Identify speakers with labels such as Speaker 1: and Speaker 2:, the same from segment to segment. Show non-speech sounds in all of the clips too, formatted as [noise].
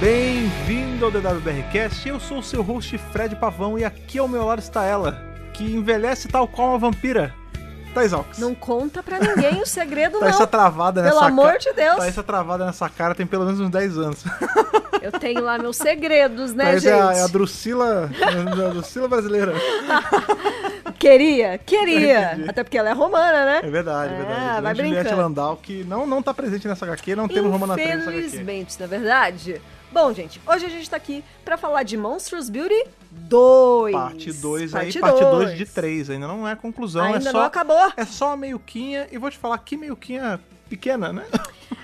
Speaker 1: Bem-vindo ao DWBRCast, eu sou o seu host Fred Pavão e aqui ao meu lado está ela, que envelhece tal qual uma vampira, Thais Alves.
Speaker 2: Não conta pra ninguém o segredo,
Speaker 1: Tá essa
Speaker 2: não.
Speaker 1: travada nessa
Speaker 2: Pelo amor
Speaker 1: ca-
Speaker 2: de Deus.
Speaker 1: Tá essa travada nessa cara tem pelo menos uns 10 anos.
Speaker 2: Eu tenho lá meus segredos, né,
Speaker 1: Thaís
Speaker 2: gente?
Speaker 1: é a, é a Drusila, é a Drusila
Speaker 2: [laughs]
Speaker 1: brasileira.
Speaker 2: Queria, queria. Até porque ela é romana,
Speaker 1: É
Speaker 2: né?
Speaker 1: verdade, é verdade.
Speaker 2: Ah, vai
Speaker 1: Grande Juliette
Speaker 2: brincando.
Speaker 1: Landau, que não, não tá presente nessa HQ, não temos Romana 3 nessa HQ.
Speaker 2: Infelizmente, na verdade. Bom, gente, hoje a gente tá aqui pra falar de Monstrous Beauty 2.
Speaker 1: Parte 2 aí, parte 2 de 3, ainda não é conclusão,
Speaker 2: Ainda
Speaker 1: é só
Speaker 2: não acabou.
Speaker 1: é só a meiuquinha e vou te falar que meiuquinha pequena, né?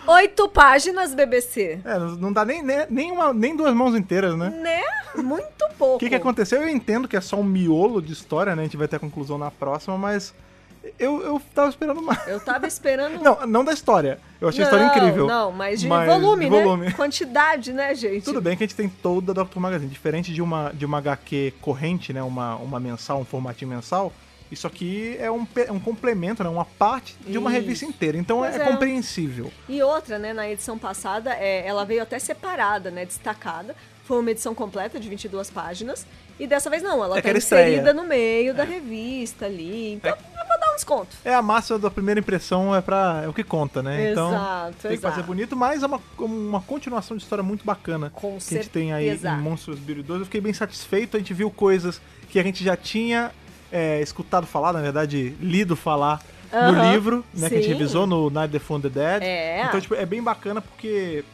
Speaker 2: Oito páginas, BBC.
Speaker 1: É, não dá nem, nem, nem, uma, nem duas mãos inteiras, né?
Speaker 2: Né? Muito
Speaker 1: O
Speaker 2: pouco.
Speaker 1: que, que aconteceu? Eu entendo que é só um miolo de história, né? A gente vai ter a conclusão na próxima, mas eu, eu tava esperando mais. [laughs]
Speaker 2: Eu tava esperando...
Speaker 1: Não, não da história. Eu achei a história
Speaker 2: Não,
Speaker 1: incrível.
Speaker 2: Não, mas de
Speaker 1: Mas
Speaker 2: volume,
Speaker 1: de
Speaker 2: né?
Speaker 1: volume. [laughs]
Speaker 2: Quantidade, né, gente?
Speaker 1: Tudo bem que a gente tem toda a Doctor Magazine. Diferente de uma, de uma HQ corrente, né? Uma, uma mensal, um formatinho mensal. Isso aqui é um, pe- é um complemento, né? Uma parte de uma
Speaker 2: Isso.
Speaker 1: revista inteira. Então
Speaker 2: Pois
Speaker 1: é,
Speaker 2: é.
Speaker 1: compreensível.
Speaker 2: E outra, né, na edição passada, é, ela veio até separada, né, destacada. Foi uma edição completa de 22 páginas. E dessa vez não, ela
Speaker 1: É
Speaker 2: tá
Speaker 1: aquela estreia.
Speaker 2: inserida no meio da revista ali. Então, eu vou dar um desconto.
Speaker 1: É a máxima da primeira impressão, é, pra, é o que conta, né? Então
Speaker 2: Exato,
Speaker 1: tem que
Speaker 2: exato.
Speaker 1: fazer bonito, mas é uma, uma continuação de história muito bacana.
Speaker 2: Com
Speaker 1: que a gente tem aí
Speaker 2: certeza.
Speaker 1: em Monstros Beauty 2. Eu fiquei bem satisfeito, a gente viu coisas que a gente já tinha é, escutado falar, na verdade, lido falar
Speaker 2: Aham,
Speaker 1: no livro, né? Que a gente
Speaker 2: sim.
Speaker 1: revisou no Night the Phone the Dead.
Speaker 2: É.
Speaker 1: Então, tipo, é bem bacana porque,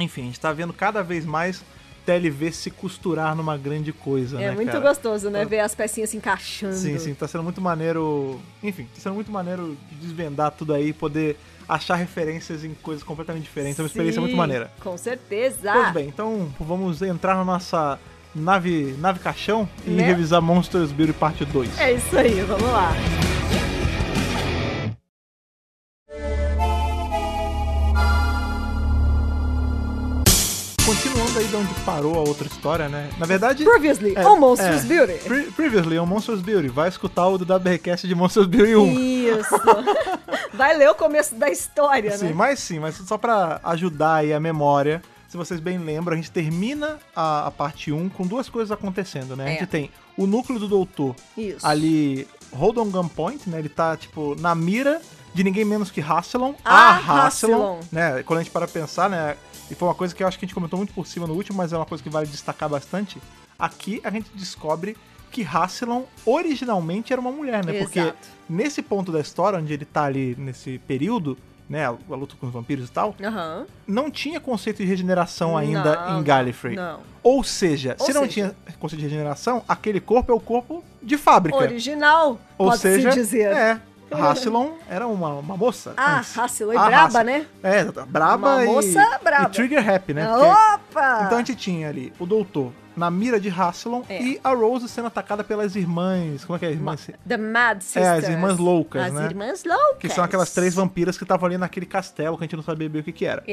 Speaker 1: enfim, a gente tá vendo cada vez mais TLV se costurar numa grande coisa, né,
Speaker 2: é muito
Speaker 1: cara?
Speaker 2: gostoso, né,
Speaker 1: Então-
Speaker 2: ver as pecinhas se encaixando.
Speaker 1: Sim, sim, tá sendo muito maneiro. Enfim, tá sendo muito maneiro desvendar tudo aí, poder achar referências em coisas completamente diferentes. É uma experiência
Speaker 2: Sim, Tá.
Speaker 1: muito maneira.
Speaker 2: Com certeza.
Speaker 1: Pois bem, então vamos entrar na nossa nave, nave caixão e
Speaker 2: Né?
Speaker 1: revisar Monsters Beauty Parte 2.
Speaker 2: É isso aí, vamos lá.
Speaker 1: Continuando aí de onde parou a outra história, né? Na verdade.
Speaker 2: Previously,
Speaker 1: É,
Speaker 2: on Monstrous
Speaker 1: é.
Speaker 2: Beauty.
Speaker 1: Pre- Previously, on Monsters Beauty. Vai escutar o do WRCast de Monsters Beauty 1.
Speaker 2: Isso. [laughs] Vai ler o começo da história,
Speaker 1: Sim,
Speaker 2: né?
Speaker 1: mas sim, mas só pra ajudar aí a memória, se vocês bem lembram, a gente termina a, a parte 1 com duas coisas acontecendo, né? A
Speaker 2: É.
Speaker 1: gente tem o núcleo do doutor
Speaker 2: Isso.
Speaker 1: ali, hold on gunpoint, né? Ele tá, tipo, na mira de ninguém menos que Hasselon.
Speaker 2: Ah, Hasselon.
Speaker 1: Né? Quando a gente para pra pensar, né? E foi uma coisa que eu acho que a gente comentou muito por cima no último, mas é uma coisa que vale destacar bastante. Aqui a gente descobre que Hasselon originalmente era uma mulher, né? Porque
Speaker 2: Exato.
Speaker 1: nesse ponto da história, onde ele tá ali nesse período, né? A a luta com os vampiros e tal,
Speaker 2: Aham.
Speaker 1: não tinha conceito de regeneração ainda
Speaker 2: Não,
Speaker 1: em Gallifrey.
Speaker 2: Não.
Speaker 1: Ou seja,
Speaker 2: Ou
Speaker 1: se não
Speaker 2: seja-
Speaker 1: tinha conceito de regeneração, aquele corpo é o corpo de fábrica.
Speaker 2: Original,
Speaker 1: Ou
Speaker 2: pode-se
Speaker 1: seja,
Speaker 2: dizer.
Speaker 1: é. Hasselon era uma, uma moça.
Speaker 2: Ah,
Speaker 1: antes.
Speaker 2: Hasselon e
Speaker 1: Ah,
Speaker 2: braba,
Speaker 1: Hasselon.
Speaker 2: né?
Speaker 1: É, exato, braba
Speaker 2: Uma
Speaker 1: e,
Speaker 2: moça braba.
Speaker 1: e trigger happy, né? Porque-
Speaker 2: Ah, Opa!
Speaker 1: Então a gente tinha ali o doutor na mira de Hasselon
Speaker 2: É.
Speaker 1: e a Rose sendo atacada pelas irmãs. Como é que é? Irmãs,
Speaker 2: The Mad Sisters.
Speaker 1: É, as irmãs loucas,
Speaker 2: As
Speaker 1: né?
Speaker 2: irmãs loucas.
Speaker 1: que são aquelas três vampiras que estavam ali naquele castelo que a gente não sabia bem o que, que era.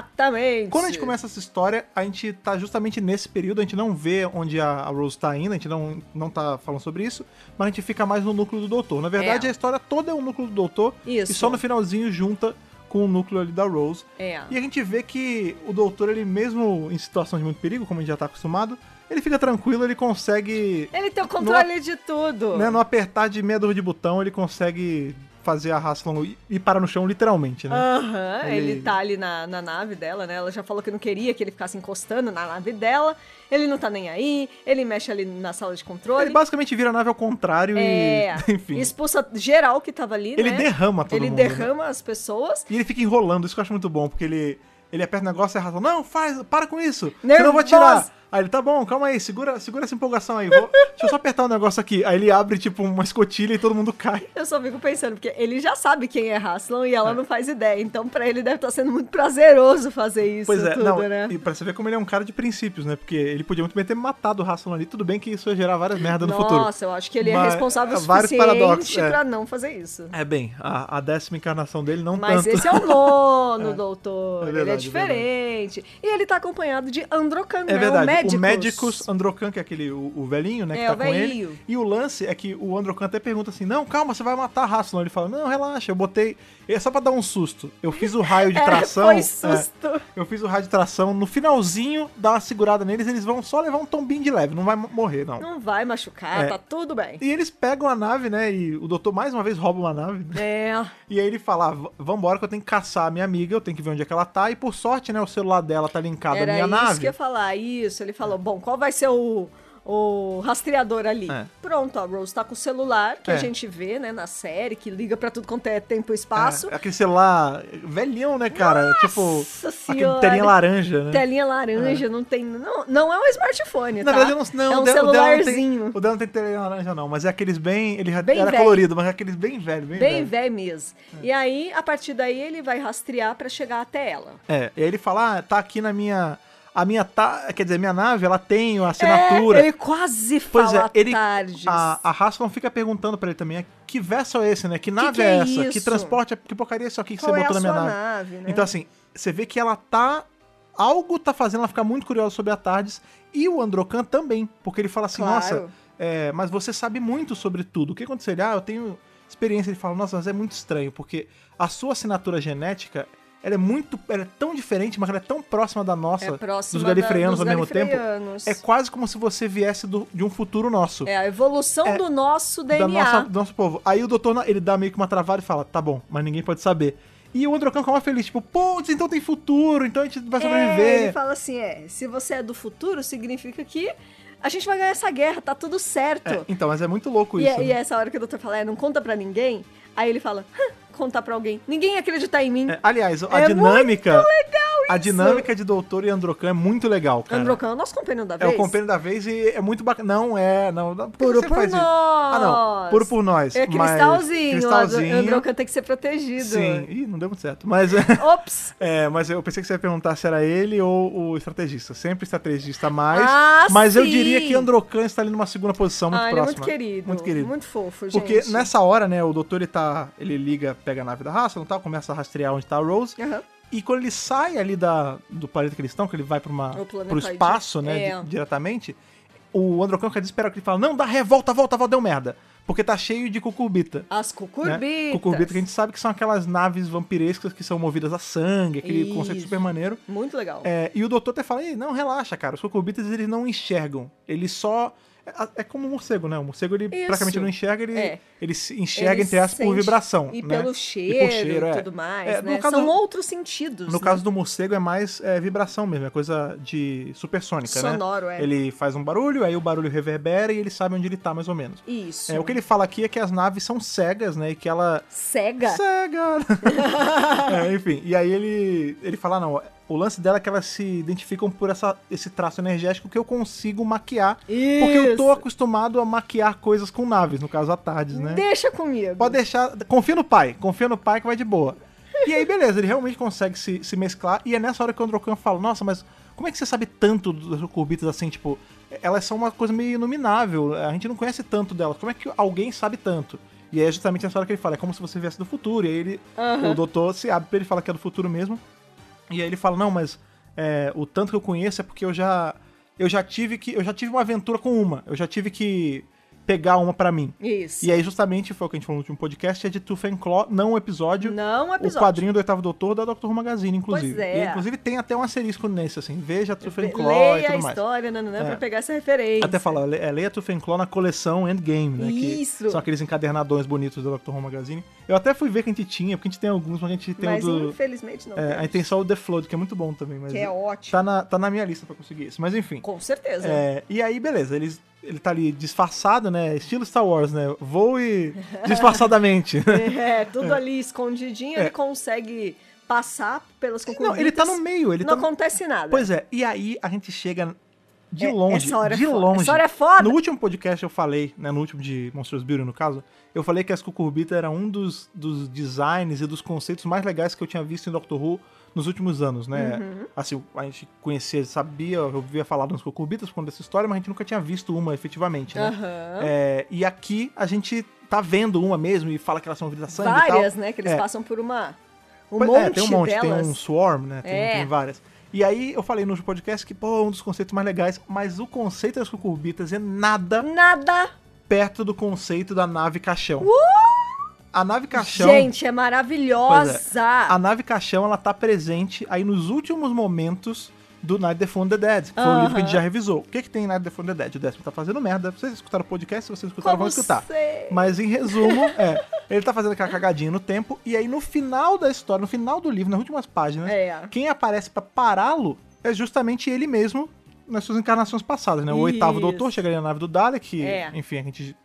Speaker 2: Exatamente.
Speaker 1: Quando a gente começa essa história, a gente tá justamente nesse período, a gente não vê onde a a Rose tá ainda, a gente não, não tá falando sobre isso, mas a gente fica mais no núcleo do doutor. Na verdade,
Speaker 2: É.
Speaker 1: a história toda é um núcleo do doutor,
Speaker 2: Isso.
Speaker 1: e só no finalzinho junta com o núcleo ali da Rose.
Speaker 2: É.
Speaker 1: E a gente vê que o doutor, ele mesmo em situação de muito perigo, como a gente já tá acostumado, ele fica tranquilo, ele consegue,
Speaker 2: Ele tem o controle de tudo.
Speaker 1: né, não apertar de meia dúzia de botão, ele consegue fazer a Haslam ir- ir parar no chão literalmente, né?
Speaker 2: Aham, ele...
Speaker 1: Ele-
Speaker 2: tá ali na, na nave dela, né? Ela já falou que não queria que ele ficasse encostando na nave dela. Ele não tá nem aí, ele mexe ali na sala de controle.
Speaker 1: Ele basicamente vira a nave ao contrário
Speaker 2: É,
Speaker 1: e, [laughs] enfim.
Speaker 2: expulsa geral que tava ali,
Speaker 1: Ele
Speaker 2: né?
Speaker 1: derrama todo
Speaker 2: Ele
Speaker 1: mundo. né?
Speaker 2: derrama as pessoas.
Speaker 1: E ele fica enrolando, isso que eu acho muito bom, porque ele, ele aperta o negócio e arrasa. Não, faz, para com isso, senão eu vou
Speaker 2: Nervosa.
Speaker 1: tirar. Aí ele, tá bom, calma aí, segura, segura essa empolgação aí. Vou, deixa eu só apertar o negócio aqui. Aí ele abre, tipo, uma escotilha e todo mundo cai.
Speaker 2: Eu só fico pensando, porque ele já sabe quem é Haslam e ela não faz ideia. Então, pra ele deve estar sendo muito prazeroso fazer isso
Speaker 1: pois é,
Speaker 2: tudo,
Speaker 1: não,
Speaker 2: né?
Speaker 1: e pra você ver como ele é um cara de princípios, né? Porque ele podia muito bem ter matado o Rassilon ali, tudo bem que isso ia gerar várias merdas no futuro.
Speaker 2: Nossa, eu acho que ele é
Speaker 1: Mas,
Speaker 2: responsável
Speaker 1: é,
Speaker 2: o
Speaker 1: vários paradoxos,
Speaker 2: suficiente
Speaker 1: é.
Speaker 2: pra não fazer isso.
Speaker 1: É bem, a, a décima encarnação dele não
Speaker 2: Mas
Speaker 1: tanto.
Speaker 2: esse é o nono,
Speaker 1: [laughs]
Speaker 2: doutor.
Speaker 1: É
Speaker 2: ele é
Speaker 1: verdade,
Speaker 2: diferente. E ele tá acompanhado de Androcan,
Speaker 1: É
Speaker 2: né?
Speaker 1: verdade,
Speaker 2: o
Speaker 1: o Medicus Androcan, que é aquele, o, o velhinho, né,
Speaker 2: É,
Speaker 1: que tá
Speaker 2: o
Speaker 1: com
Speaker 2: velhinho.
Speaker 1: ele. E o lance é que o Androcan até pergunta assim, não, calma, você vai matar a Hasselon. Ele fala, não, relaxa, eu botei... É só pra dar um susto. Eu fiz o raio de
Speaker 2: [laughs] É,
Speaker 1: tração...
Speaker 2: foi
Speaker 1: é,
Speaker 2: susto.
Speaker 1: eu fiz o raio de tração. No finalzinho, dá uma segurada neles, eles vão só levar um tombinho de leve. Não vai mo- morrer, não.
Speaker 2: Não vai machucar,
Speaker 1: É.
Speaker 2: tá tudo bem.
Speaker 1: E eles pegam a nave, né? E o doutor mais uma vez rouba uma nave. né?
Speaker 2: É,
Speaker 1: E aí ele fala: ah, v- vambora que eu tenho que caçar a minha amiga, eu tenho que ver onde é que ela tá. E por sorte, né? O celular dela tá linkado à
Speaker 2: era
Speaker 1: minha
Speaker 2: isso
Speaker 1: nave.
Speaker 2: que eu ia falar, isso. Ele falou, bom, qual vai ser o, o rastreador ali?
Speaker 1: É.
Speaker 2: Pronto, a Rose tá com o celular, que
Speaker 1: É.
Speaker 2: a gente vê, né, na série, que liga pra tudo quanto é tempo e espaço.
Speaker 1: É, aquele celular velhão, né, cara? tipo,
Speaker 2: senhora.
Speaker 1: aquele telinha laranja, né?
Speaker 2: Telinha laranja, não tem. Não, não é um smartphone,
Speaker 1: Na
Speaker 2: tá?
Speaker 1: verdade, eu não, não
Speaker 2: é um
Speaker 1: o dela- o dela não tem- assim,
Speaker 2: celularzinho.
Speaker 1: O dela não tem telinha laranja, não. Mas é aqueles bem. Ele já
Speaker 2: Bem
Speaker 1: era
Speaker 2: velho.
Speaker 1: colorido, mas é aqueles bem velho, bem,
Speaker 2: Bem
Speaker 1: velho.
Speaker 2: velho mesmo.
Speaker 1: É.
Speaker 2: E aí, a partir daí, ele vai rastrear pra chegar até ela.
Speaker 1: É, e aí ele fala, ah, tá aqui na minha. A minha. Ta... Quer dizer, minha nave, ela tem a assinatura.
Speaker 2: É, ele quase
Speaker 1: Pois
Speaker 2: fala
Speaker 1: é, ele.
Speaker 2: tardes.
Speaker 1: A, a Hasselon fica perguntando pra ele também: "Ah, que verso é esse, né? Que nave
Speaker 2: que
Speaker 1: é,
Speaker 2: é
Speaker 1: essa? Que
Speaker 2: isso?
Speaker 1: transporte é. Que porcaria é isso aqui que
Speaker 2: Qual
Speaker 1: você
Speaker 2: é
Speaker 1: botou na
Speaker 2: a
Speaker 1: minha
Speaker 2: sua
Speaker 1: nave?
Speaker 2: nave, né?
Speaker 1: Então, assim, você vê que ela tá. Algo tá fazendo ela ficar muito curiosa sobre a Tardes e o Androcan também. Porque ele fala assim:
Speaker 2: Claro.
Speaker 1: nossa, é, mas você sabe muito sobre tudo. O que aconteceu? Ele, ah, eu tenho experiência. Ele fala: nossa, mas é muito estranho, porque a sua assinatura genética. Ela é muito. Ela é tão diferente, mas ela é tão próxima da nossa,
Speaker 2: é próximo
Speaker 1: dos galifreanos
Speaker 2: da,
Speaker 1: ao
Speaker 2: dos
Speaker 1: mesmo tempo.
Speaker 2: galifreanos.
Speaker 1: É quase como se você viesse do- de um futuro nosso.
Speaker 2: É a evolução do nosso DNA.
Speaker 1: da nossa, do nosso povo. Aí o doutor, na- ele dá meio que uma travada e fala, tá bom, mas ninguém pode saber. E o Androcan fica mais feliz, tipo, putz, então tem futuro, então a gente vai
Speaker 2: É, ele
Speaker 1: sobreviver.
Speaker 2: fala assim, é, se você é do futuro, significa que a gente vai ganhar essa guerra, tá tudo certo.
Speaker 1: É, então, mas é muito louco
Speaker 2: E,
Speaker 1: isso.
Speaker 2: é-
Speaker 1: né?
Speaker 2: e é essa hora que o doutor fala, é, não conta pra ninguém. Aí ele fala, "Hã, contar pra alguém. Ninguém ia acreditar em mim.
Speaker 1: É, aliás, a
Speaker 2: É
Speaker 1: dinâmica.
Speaker 2: muito legal
Speaker 1: A
Speaker 2: isso.
Speaker 1: dinâmica de doutor e Androcan é muito legal, cara.
Speaker 2: Androcan é o nosso companheiro da
Speaker 1: é
Speaker 2: vez.
Speaker 1: o companheiro da vez e é muito bacana. Não, é. Não, não, por que
Speaker 2: Puro
Speaker 1: você
Speaker 2: por
Speaker 1: faz isso?
Speaker 2: nós.
Speaker 1: Ah, não. Puro por nós.
Speaker 2: É
Speaker 1: mas-
Speaker 2: cristalzinho.
Speaker 1: Cristalzinho.
Speaker 2: O Androcan tem que ser protegido.
Speaker 1: Sim. Ih, não deu muito certo. Mas. [laughs]
Speaker 2: Ops.
Speaker 1: É, mas eu pensei que você ia perguntar se era ele ou o estrategista. Sempre estrategista a mais.
Speaker 2: Ah,
Speaker 1: mas eu
Speaker 2: sim!
Speaker 1: diria que Androcan está ali numa segunda posição muito
Speaker 2: ah, ele é
Speaker 1: próxima.
Speaker 2: muito querido.
Speaker 1: Muito querido.
Speaker 2: Muito fofo, gente.
Speaker 1: Porque nessa hora, né, o doutor ele tá. Ele liga, pega a nave da raça, não tal, começa a rastrear onde tá a Rose.
Speaker 2: Aham.
Speaker 1: E quando ele sai ali da, do planeta que eles estão, que ele vai pra uma,
Speaker 2: O planeta
Speaker 1: pro espaço,
Speaker 2: aí,
Speaker 1: né,
Speaker 2: é.
Speaker 1: di- diretamente, o Androcan fica desesperado que ele fala: Não, dá ré, volta, volta, volta, deu merda. Porque tá cheio de cucurbita.
Speaker 2: As cucurbitas.
Speaker 1: Né? Cucurbita que a gente sabe que são aquelas naves vampirescas que são movidas a sangue, aquele
Speaker 2: Isso.
Speaker 1: conceito super maneiro.
Speaker 2: Muito legal.
Speaker 1: É, e o doutor até fala, Ei, não, relaxa, cara, os cucurbitas eles não enxergam, eles só... É, é como o morcego, né? O morcego, ele
Speaker 2: Isso.
Speaker 1: praticamente não enxerga, ele,
Speaker 2: É.
Speaker 1: ele se enxerga,
Speaker 2: Ele
Speaker 1: entre aspas, por
Speaker 2: sente-
Speaker 1: vibração,
Speaker 2: E
Speaker 1: né?
Speaker 2: pelo
Speaker 1: E
Speaker 2: cheiro e,
Speaker 1: por cheiro, é.
Speaker 2: tudo mais,
Speaker 1: É,
Speaker 2: né?
Speaker 1: No caso,
Speaker 2: São outros sentidos.
Speaker 1: no
Speaker 2: né?
Speaker 1: caso do morcego é mais é, vibração mesmo, é coisa de supersônica,
Speaker 2: Sonoro,
Speaker 1: né?
Speaker 2: é.
Speaker 1: Ele faz um barulho, aí o barulho reverbera e ele sabe onde ele tá, mais ou menos.
Speaker 2: Isso.
Speaker 1: É, o que ele fala aqui é que as naves são cegas, né? E que ela...
Speaker 2: Cega.
Speaker 1: Cega! [laughs] É, enfim, e aí ele, ele fala, "Ah, não, o lance dela é que elas se identificam por essa, esse traço energético que eu consigo maquiar. Porque eu tô
Speaker 2: Isso.
Speaker 1: acostumado a maquiar coisas com naves, no caso a Tardes, né?
Speaker 2: Deixa comigo.
Speaker 1: Pode deixar, confia no pai, confia no pai que vai de boa. E aí, beleza, ele realmente consegue se, se mesclar, e é nessa hora que o Androcan fala, nossa, mas como é que você sabe tanto das cubitas assim, tipo, elas são uma coisa meio inominável, a gente não conhece tanto delas, como é que alguém sabe tanto? E aí é justamente nessa hora que ele fala, é como se você viesse do futuro, e aí ele,
Speaker 2: Aham.
Speaker 1: o doutor se abre pra ele falar que é do futuro mesmo, e aí ele fala, não, mas é, o tanto que eu conheço é porque eu já. Eu já tive que. Eu já tive uma aventura com uma. Eu já tive que pegar uma pra mim.
Speaker 2: Isso.
Speaker 1: E aí, justamente, foi o que a gente falou no último podcast, é de Tooth and Claw, não o episódio.
Speaker 2: Não um
Speaker 1: O
Speaker 2: episódio.
Speaker 1: quadrinho do Oitavo Doutor da Doctor Who Magazine, inclusive.
Speaker 2: Pois é.
Speaker 1: E, inclusive, tem até um asterisco nesse, assim. Veja Tooth and Claw e
Speaker 2: Leia a
Speaker 1: tudo mais.
Speaker 2: história, né, né,
Speaker 1: É.
Speaker 2: pra pegar essa referência.
Speaker 1: Até falar, le- é, leia Tooth and Claw na coleção Endgame, né?
Speaker 2: Isso.
Speaker 1: Que são aqueles encadernadões bonitos da Doctor Who Magazine. Eu até fui ver que a gente tinha, porque a gente tem alguns, mas a gente tem
Speaker 2: Mas
Speaker 1: o do...
Speaker 2: infelizmente não.
Speaker 1: É,
Speaker 2: tem.
Speaker 1: aí tem só o The Flood, que é muito bom também. Mas
Speaker 2: Que é ótimo.
Speaker 1: Tá na, tá na minha lista pra conseguir isso. Mas enfim.
Speaker 2: Com certeza.
Speaker 1: É, e aí, beleza, eles, ele tá ali disfarçado, né? Estilo Star Wars, né?
Speaker 2: [laughs]
Speaker 1: Voe disfarçadamente.
Speaker 2: [laughs] É, tudo ali escondidinho,
Speaker 1: É.
Speaker 2: ele consegue passar pelas
Speaker 1: Não,
Speaker 2: cucurbitas.
Speaker 1: ele tá no meio, ele
Speaker 2: não
Speaker 1: tá. no-
Speaker 2: acontece nada.
Speaker 1: Pois é, e aí a gente chega de
Speaker 2: É,
Speaker 1: longe.
Speaker 2: essa hora é
Speaker 1: de
Speaker 2: foda,
Speaker 1: longe.
Speaker 2: essa hora é foda.
Speaker 1: No último podcast eu falei, né? No último de Monstros Beauty, no caso, eu falei que as cucurbitas era um dos, dos designs e dos conceitos mais legais que eu tinha visto em Doctor Who nos últimos anos, né?
Speaker 2: Uhum.
Speaker 1: Assim, a gente conhecia, sabia, eu ouvia falar das cucurbitas por conta dessa história, mas a gente nunca tinha visto uma efetivamente,
Speaker 2: Ah.
Speaker 1: né?
Speaker 2: Aham.
Speaker 1: É, e aqui a gente tá vendo uma mesmo e fala que elas são vidas a sangue e tal.
Speaker 2: Várias, né? Que eles
Speaker 1: É.
Speaker 2: passam por uma. Um
Speaker 1: Pois
Speaker 2: monte
Speaker 1: é, tem um monte,
Speaker 2: delas.
Speaker 1: tem um swarm, né? Tem,
Speaker 2: É.
Speaker 1: tem várias. E aí eu falei no podcast que, pô, é um dos conceitos mais legais, mas o conceito das cucurbitas é nada
Speaker 2: Nada!
Speaker 1: perto do conceito da nave caixão. A nave caixão.
Speaker 2: Uh! Gente,
Speaker 1: Pois é.
Speaker 2: ah. é
Speaker 1: Ah,
Speaker 2: maravilhosa!
Speaker 1: A nave caixão, ela tá presente aí nos últimos momentos do Night Before the Dead, que foi o livro que a gente já revisou. O que, que tem em Night Before the Dead? O décimo tá fazendo merda. Vocês escutaram o podcast, se vocês escutaram,
Speaker 2: Como assim?
Speaker 1: vão escutar.
Speaker 2: sei.
Speaker 1: Mas em resumo, é. Ele tá fazendo aquela cagadinha no tempo, e aí no final da história, no final do livro, nas últimas páginas,
Speaker 2: É.
Speaker 1: quem aparece pra pará-lo é justamente ele mesmo nas suas encarnações passadas, né? O oitavo
Speaker 2: Isso.
Speaker 1: doutor chegaria na nave do Dalek, que,
Speaker 2: É.
Speaker 1: enfim, a gente.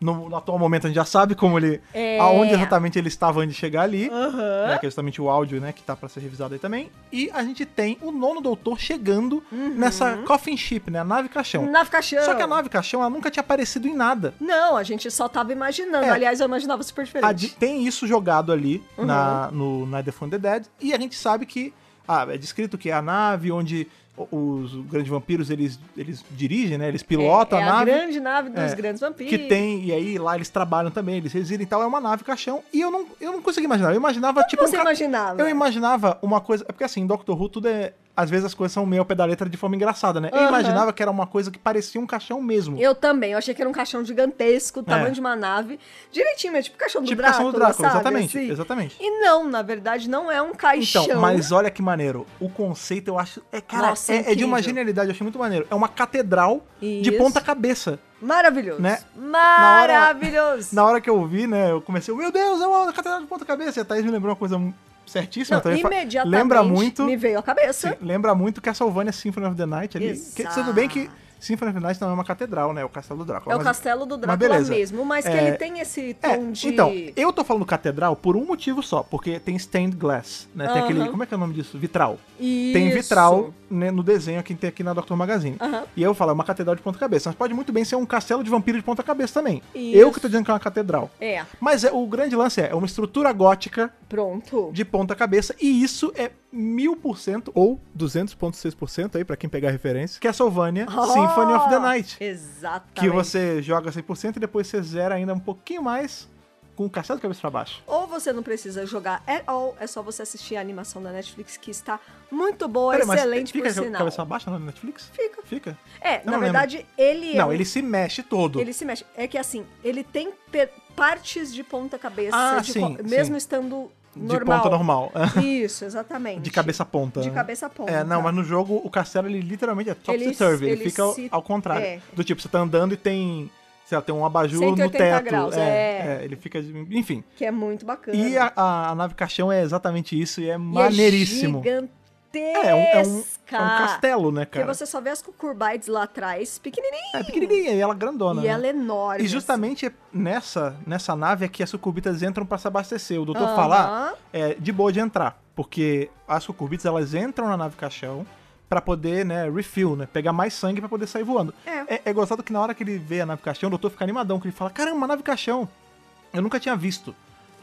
Speaker 1: No, no atual momento a gente já sabe como ele.
Speaker 2: É.
Speaker 1: aonde exatamente ele estava antes de chegar ali.
Speaker 2: Aham.
Speaker 1: Né, que é justamente o áudio, né, que tá pra ser revisado aí também. E a gente tem o nono doutor chegando
Speaker 2: Uhum.
Speaker 1: nessa coffin ship, né, a nave caixão.
Speaker 2: Nave então. caixão.
Speaker 1: Só que a nave caixão, ela nunca tinha aparecido em nada.
Speaker 2: Não, a gente só tava imaginando.
Speaker 1: É.
Speaker 2: Aliás, eu imaginava super diferente. Uhum.
Speaker 1: A di- tem isso jogado ali na, no Night of the Fun the Dead. E a gente sabe que ah, é descrito que é a nave onde o- os grandes vampiros eles, eles dirigem, né? Eles pilotam
Speaker 2: é, é
Speaker 1: a nave.
Speaker 2: grande nave dos
Speaker 1: É.
Speaker 2: grandes vampiros.
Speaker 1: Que tem, e aí lá eles trabalham também, eles residem e tal, é uma nave caixão. E eu não, eu não consegui imaginar. Eu imaginava tipo.
Speaker 2: você
Speaker 1: ca-
Speaker 2: imaginava?
Speaker 1: Eu imaginava uma coisa. É porque assim, em Doctor Who tudo é. Às vezes as coisas são meio ao pé da letra de forma engraçada, né? Eu
Speaker 2: Aham.
Speaker 1: imaginava que era uma coisa que parecia um caixão mesmo.
Speaker 2: Eu também, eu achei que era um caixão gigantesco, do tamanho
Speaker 1: É.
Speaker 2: de uma nave. Direitinho, é tipo o caixão do
Speaker 1: tipo
Speaker 2: Drácula,
Speaker 1: caixão do Drácula,
Speaker 2: sabe?
Speaker 1: exatamente.
Speaker 2: Assim.
Speaker 1: Exatamente.
Speaker 2: E não, na verdade, não é um caixão.
Speaker 1: Então, mas olha que maneiro. O conceito, eu acho. É, cara,
Speaker 2: Nossa,
Speaker 1: é-
Speaker 2: é
Speaker 1: é, de uma
Speaker 2: incrível.
Speaker 1: genialidade, eu achei muito maneiro. É uma catedral de
Speaker 2: Isso.
Speaker 1: ponta-cabeça.
Speaker 2: Maravilhoso.
Speaker 1: Né?
Speaker 2: Maravilhoso.
Speaker 1: Na hora que eu vi, né, eu comecei, meu Deus, é uma catedral de ponta-cabeça. E a Thaís me lembrou uma coisa certíssima.
Speaker 2: Não,
Speaker 1: a Thaís fa-
Speaker 2: imediatamente
Speaker 1: Lembra muito.
Speaker 2: me veio a cabeça.
Speaker 1: Sim, lembra muito Castlevania Symphony of the Night ali. Que,
Speaker 2: Exato.
Speaker 1: tudo bem que Symphony of the Night não é uma catedral, né? É o castelo do Drácula.
Speaker 2: É o
Speaker 1: mas-
Speaker 2: castelo do
Speaker 1: mas
Speaker 2: Drácula
Speaker 1: beleza.
Speaker 2: mesmo, mas que
Speaker 1: É,
Speaker 2: ele tem esse
Speaker 1: É,
Speaker 2: tom de...
Speaker 1: então, eu tô falando catedral por um motivo só, porque tem stained glass, né? Tem aquele,
Speaker 2: Aham.
Speaker 1: como é que é o nome disso? Vitral.
Speaker 2: Isso.
Speaker 1: Tem vitral né, no desenho que tem aqui na Doctor Magazine.
Speaker 2: Aham.
Speaker 1: E eu falo, é uma catedral de ponta cabeça, mas pode muito bem ser um castelo de vampiro de ponta cabeça também. Eu que tô dizendo que é uma catedral.
Speaker 2: É,
Speaker 1: Mas é- o grande lance é, é uma estrutura gótica
Speaker 2: pronto.
Speaker 1: de ponta cabeça, e isso é mil por cento, ou 200.6% aí, pra quem pegar a referência, Castlevania Symphony of the
Speaker 2: Oh, Tá
Speaker 1: Night.
Speaker 2: Exatamente.
Speaker 1: Que você joga 100% e depois você zera ainda um pouquinho mais com o castelo de cabeça pra baixo.
Speaker 2: Ou você não precisa jogar at all, é só você assistir a animação da Netflix, que está muito boa,
Speaker 1: Peraí, mas
Speaker 2: excelente
Speaker 1: fica
Speaker 2: por
Speaker 1: de
Speaker 2: sinal.
Speaker 1: cabeça baixa na Netflix?
Speaker 2: Fica.
Speaker 1: Fica.
Speaker 2: É,
Speaker 1: Eu não
Speaker 2: na
Speaker 1: lembro.
Speaker 2: verdade, ele é
Speaker 1: Não,
Speaker 2: um-
Speaker 1: ele se mexe todo.
Speaker 2: ele se mexe. É que assim, ele tem pe- partes de ponta cabeça,
Speaker 1: Ah,
Speaker 2: de
Speaker 1: sim,
Speaker 2: co- mesmo
Speaker 1: sim.
Speaker 2: estando
Speaker 1: De
Speaker 2: normal.
Speaker 1: ponta normal. [laughs]
Speaker 2: Isso, exatamente.
Speaker 1: De cabeça a ponta.
Speaker 2: De
Speaker 1: né?
Speaker 2: cabeça a ponta.
Speaker 1: É, não, mas no jogo o castelo ele literalmente é top
Speaker 2: Ele
Speaker 1: to serve, ele,
Speaker 2: ele
Speaker 1: fica ao,
Speaker 2: se-
Speaker 1: ao contrário.
Speaker 2: é.
Speaker 1: Do tipo, você tá andando e tem, sei lá, tem um abajur no
Speaker 2: 180
Speaker 1: teto.
Speaker 2: graus, é.
Speaker 1: ele fica, de- enfim.
Speaker 2: Que é muito bacana.
Speaker 1: E a, a- a nave caixão é exatamente isso e é
Speaker 2: E
Speaker 1: maneiríssimo.
Speaker 2: É gigantesca.
Speaker 1: é, um, é, um, é um castelo, né,
Speaker 2: Porque
Speaker 1: cara?
Speaker 2: você só vê as cucurbites lá atrás, pequenininha.
Speaker 1: É pequenininha e ela grandona,
Speaker 2: e
Speaker 1: né?
Speaker 2: ela é enorme.
Speaker 1: E justamente é nessa, nessa nave é que as sucurbitas entram pra se abastecer. O
Speaker 2: assim.
Speaker 1: doutor fala, ah, é de boa de entrar, porque as cucurbitas elas entram na nave caixão pra poder, né, refill, né, pegar mais sangue pra poder sair voando.
Speaker 2: É.
Speaker 1: É, é gostado que na hora que ele vê a nave caixão, o doutor fica animadão, que ele fala, caramba, nave caixão, eu nunca tinha visto.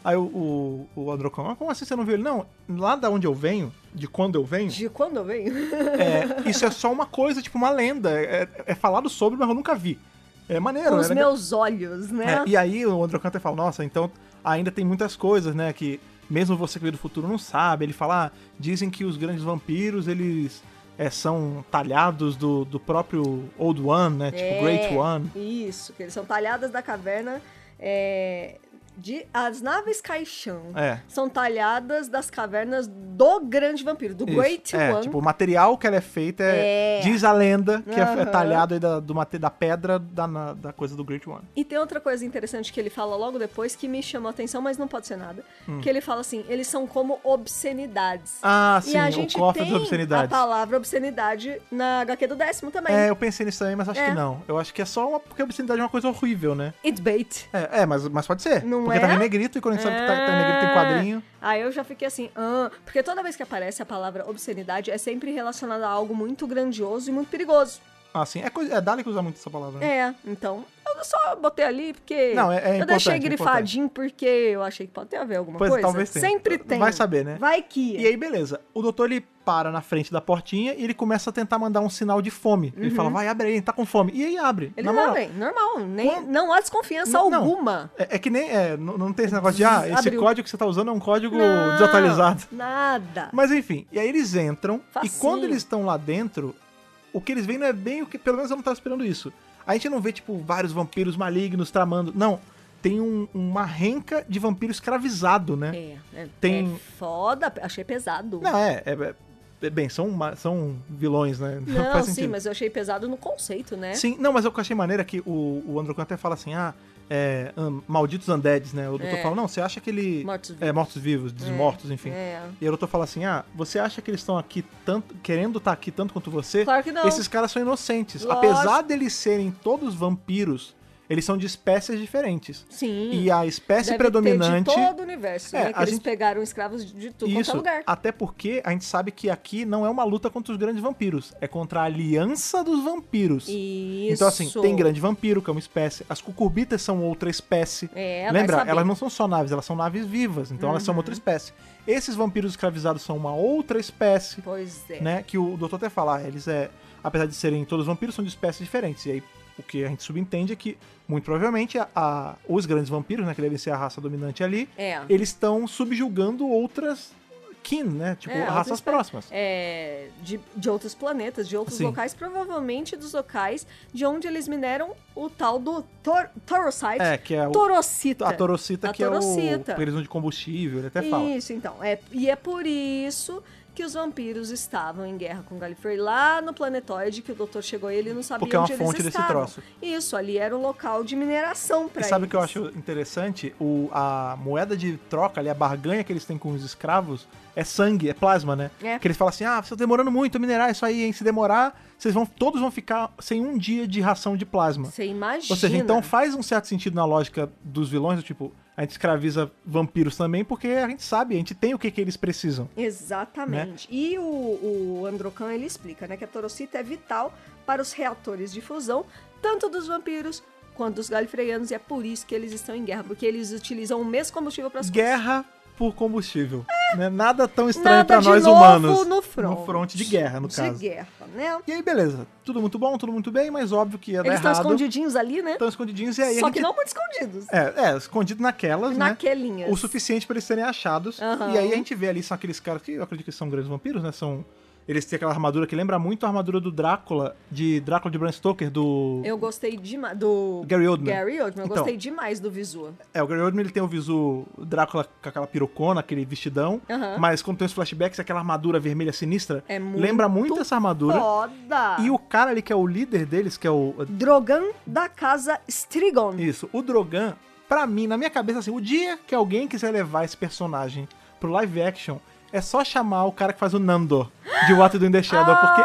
Speaker 1: Aí o, o, o Androcão, mas como assim você não viu ele? Não, lá da onde eu venho, de quando eu
Speaker 2: [laughs]
Speaker 1: venho,
Speaker 2: De quando eu
Speaker 1: [laughs]
Speaker 2: venho?
Speaker 1: é, isso é só uma coisa, tipo uma lenda, é, é falado sobre, mas eu nunca vi. É maneiro,
Speaker 2: Com
Speaker 1: né?
Speaker 2: os meus olhos, né?
Speaker 1: É, e aí o Andrew Cantor fala, nossa, então ainda tem muitas coisas, né, que mesmo você que veio do futuro não sabe. Ele fala, ah, dizem que os grandes vampiros, eles é, são talhados do, do próprio Old One, né, tipo
Speaker 2: É,
Speaker 1: Great One.
Speaker 2: Isso, que eles são talhadas da caverna. é, de, as naves caixão
Speaker 1: É.
Speaker 2: são talhadas das cavernas do grande vampiro, do Great
Speaker 1: Isso, é,
Speaker 2: One.
Speaker 1: tipo, o material que ela é feita é,
Speaker 2: É.
Speaker 1: diz a lenda que é- é
Speaker 2: Aham.
Speaker 1: talhado aí da, do mate- da pedra da, na- da coisa do Great One.
Speaker 2: E tem outra coisa interessante que ele fala logo depois que me chamou a atenção, mas não pode ser nada. Que ele fala assim: eles são como obscenidades.
Speaker 1: Hum. Ah,
Speaker 2: e
Speaker 1: sim,
Speaker 2: a
Speaker 1: o
Speaker 2: gente
Speaker 1: cofre
Speaker 2: tem
Speaker 1: das
Speaker 2: a
Speaker 1: obscenidades.
Speaker 2: palavra obscenidade na HQ do décimo também.
Speaker 1: É, eu pensei nisso também, mas acho que
Speaker 2: É.
Speaker 1: não. Eu acho que é só uma, porque a obscenidade é uma coisa horrível, né?
Speaker 2: It bait.
Speaker 1: É, é, mas, mas pode ser.
Speaker 2: Não
Speaker 1: porque
Speaker 2: é?
Speaker 1: tá em negrito e quando a gente sabe que tá, tá em negrito tem quadrinho.
Speaker 2: Aí eu já fiquei assim, ah, porque toda vez que aparece a palavra obscenidade é sempre relacionada a algo muito grandioso e muito perigoso.
Speaker 1: Assim, é, coisa, é Dalek usa muito essa palavra. né?
Speaker 2: É, então eu eu só botei ali porque.
Speaker 1: Não, é- é
Speaker 2: eu deixei
Speaker 1: importante, é
Speaker 2: grifadinho porque eu achei que pode ter a ver alguma
Speaker 1: Pois, é,
Speaker 2: coisa.
Speaker 1: talvez tenha.
Speaker 2: Sempre tem.
Speaker 1: Vai saber, né?
Speaker 2: Vai que. é.
Speaker 1: E aí, beleza. O doutor ele para na frente da portinha e ele começa a tentar mandar um sinal de fome.
Speaker 2: Uhum.
Speaker 1: Ele fala, vai, abre aí, tá com fome. E aí abre.
Speaker 2: Eles
Speaker 1: na moral.
Speaker 2: abrem, é normal. Nem,
Speaker 1: Quando-
Speaker 2: Não há desconfiança
Speaker 1: Não, não.
Speaker 2: alguma.
Speaker 1: É, é que nem. é, n- não tem esse negócio de, ah, esse
Speaker 2: Abriu.
Speaker 1: código que você tá usando é um código
Speaker 2: Não,
Speaker 1: desatualizado.
Speaker 2: Ah, Nada.
Speaker 1: Mas enfim, e aí eles entram,
Speaker 2: Facinho.
Speaker 1: e quando eles estão lá dentro, o que eles veem não é bem o que. Pelo menos eu não tava esperando isso. A gente não vê, tipo, vários vampiros malignos tramando. Não. Tem um- uma renca de vampiro escravizado, né?
Speaker 2: É, é,
Speaker 1: Tem-
Speaker 2: é foda, achei pesado.
Speaker 1: Não, é. é- é- bem, são, ma- são vilões, né? [laughs] Não,
Speaker 2: Não,
Speaker 1: faz
Speaker 2: sim,
Speaker 1: sentido.
Speaker 2: mas eu achei pesado no conceito, né?
Speaker 1: Sim, não, mas eu achei maneira que o, o Andrew Khan até fala assim, ah, é, hum, malditos undeads, né? O doutor
Speaker 2: É.
Speaker 1: fala, não, você acha que ele...
Speaker 2: Mortos-vivos.
Speaker 1: É, mortos-vivos, desmortos, enfim.
Speaker 2: É.
Speaker 1: E o doutor fala assim, ah, você acha que eles estão aqui tanto, querendo estar aqui tanto quanto você?
Speaker 2: Claro que não.
Speaker 1: Esses caras são inocentes.
Speaker 2: Então, Lógico.
Speaker 1: Apesar deles serem todos vampiros, eles são de espécies diferentes.
Speaker 2: Sim.
Speaker 1: E a espécie
Speaker 2: Hum. Deve
Speaker 1: predominante...
Speaker 2: Ter de todo o universo,
Speaker 1: É,
Speaker 2: né? Que
Speaker 1: a
Speaker 2: eles
Speaker 1: gente-
Speaker 2: pegaram escravos de- de tudo quanto é
Speaker 1: Isso,
Speaker 2: lugar.
Speaker 1: até porque a gente sabe que aqui não é uma luta contra os grandes vampiros, é contra a aliança dos vampiros.
Speaker 2: Isso.
Speaker 1: Então, assim, tem grande vampiro, que é uma espécie. As cucurbitas são outra espécie.
Speaker 2: É, vai
Speaker 1: Lembra?
Speaker 2: saber.
Speaker 1: Elas não são só naves, elas são naves vivas. Então, elas são outra
Speaker 2: Uhum.
Speaker 1: espécie. Esses vampiros escravizados são uma outra espécie,
Speaker 2: Pois é.
Speaker 1: né? Que o doutor até fala, ah, eles é. Apesar de serem todos vampiros, são de espécies diferentes. E aí, o que a gente subentende é que, muito provavelmente, a, a- os grandes vampiros, né? Que devem ser a raça dominante ali,
Speaker 2: É.
Speaker 1: eles estão subjugando outras kin, né? Tipo,
Speaker 2: É, outra
Speaker 1: raças
Speaker 2: espécie.
Speaker 1: próximas.
Speaker 2: É, de, de outros planetas, de outros
Speaker 1: Sim.
Speaker 2: locais, provavelmente dos locais de onde eles mineram o tal do tor Torosite.
Speaker 1: É, que é o-
Speaker 2: Torocita.
Speaker 1: A torocita,
Speaker 2: A
Speaker 1: que é o.
Speaker 2: torocita.
Speaker 1: Porque eles usam de combustível, ele até fala.
Speaker 2: Isso, então. É, e é por isso que os vampiros estavam em guerra com o Gallifrey lá no planetóide que o doutor chegou e ele não sabia
Speaker 1: Porque é uma
Speaker 2: onde eles
Speaker 1: fonte desse
Speaker 2: estavam.
Speaker 1: troço.
Speaker 2: Isso, ali era um local de mineração pra
Speaker 1: E
Speaker 2: eles.
Speaker 1: sabe o que eu acho interessante? O, a moeda de troca ali, a barganha que eles têm com os escravos é sangue, é plasma, né?
Speaker 2: É.
Speaker 1: Que eles falam assim, ah, vocês estão demorando muito a minerar isso aí, hein? Se demorar, vocês vão, todos vão ficar sem um dia de ração de plasma.
Speaker 2: Você imagina.
Speaker 1: Ou seja, então faz um certo sentido na lógica dos vilões, do tipo, a gente escraviza vampiros também porque a gente sabe, a gente tem o que, que eles precisam.
Speaker 2: Exatamente.
Speaker 1: Né?
Speaker 2: E o, o Androcan, ele explica, né, que a torocita é vital para os reatores de fusão, tanto dos vampiros quanto dos galifreianos, e é por isso que eles estão em guerra, porque eles utilizam o mesmo combustível para as
Speaker 1: Guerra por combustível. né? Nada tão
Speaker 2: coisas.
Speaker 1: estranho
Speaker 2: Nada
Speaker 1: pra
Speaker 2: de
Speaker 1: nós
Speaker 2: novo
Speaker 1: humanos.
Speaker 2: no front.
Speaker 1: No front de guerra, no
Speaker 2: de
Speaker 1: caso.
Speaker 2: guerra, né?
Speaker 1: E aí, beleza. Tudo muito bom, tudo muito bem, mas óbvio que ia dar
Speaker 2: Eles estão
Speaker 1: errado.
Speaker 2: escondidinhos ali, né?
Speaker 1: Estão escondidinhos e aí a
Speaker 2: Só
Speaker 1: gente-
Speaker 2: que não muito escondidos.
Speaker 1: É, é, escondido naquelas, né?
Speaker 2: Naquelinhas.
Speaker 1: O suficiente pra eles serem achados.
Speaker 2: Aham.
Speaker 1: E aí a gente vê ali, são aqueles caras que eu acredito que são grandes vampiros, né? São... Eles têm aquela armadura que lembra muito a armadura do Drácula, de Drácula de Bram Stoker, do...
Speaker 2: Eu gostei demais do...
Speaker 1: Gary Oldman.
Speaker 2: Gary Oldman. Eu
Speaker 1: Então.
Speaker 2: gostei demais do visual.
Speaker 1: É, o Gary Oldman, ele tem o visu Drácula com aquela pirocona, aquele vestidão.
Speaker 2: Aham.
Speaker 1: Mas quando tem os flashbacks, aquela armadura vermelha sinistra.
Speaker 2: É
Speaker 1: lembra muito essa armadura.
Speaker 2: Foda!
Speaker 1: E o cara ali que é o líder deles, que é o
Speaker 2: Drogan da casa Strigon.
Speaker 1: Isso, o Drogan, pra mim, na minha cabeça, assim, o dia que alguém quiser levar esse personagem pro live action, é só chamar o cara que faz o Nandor de What to Do in the Shadow, porque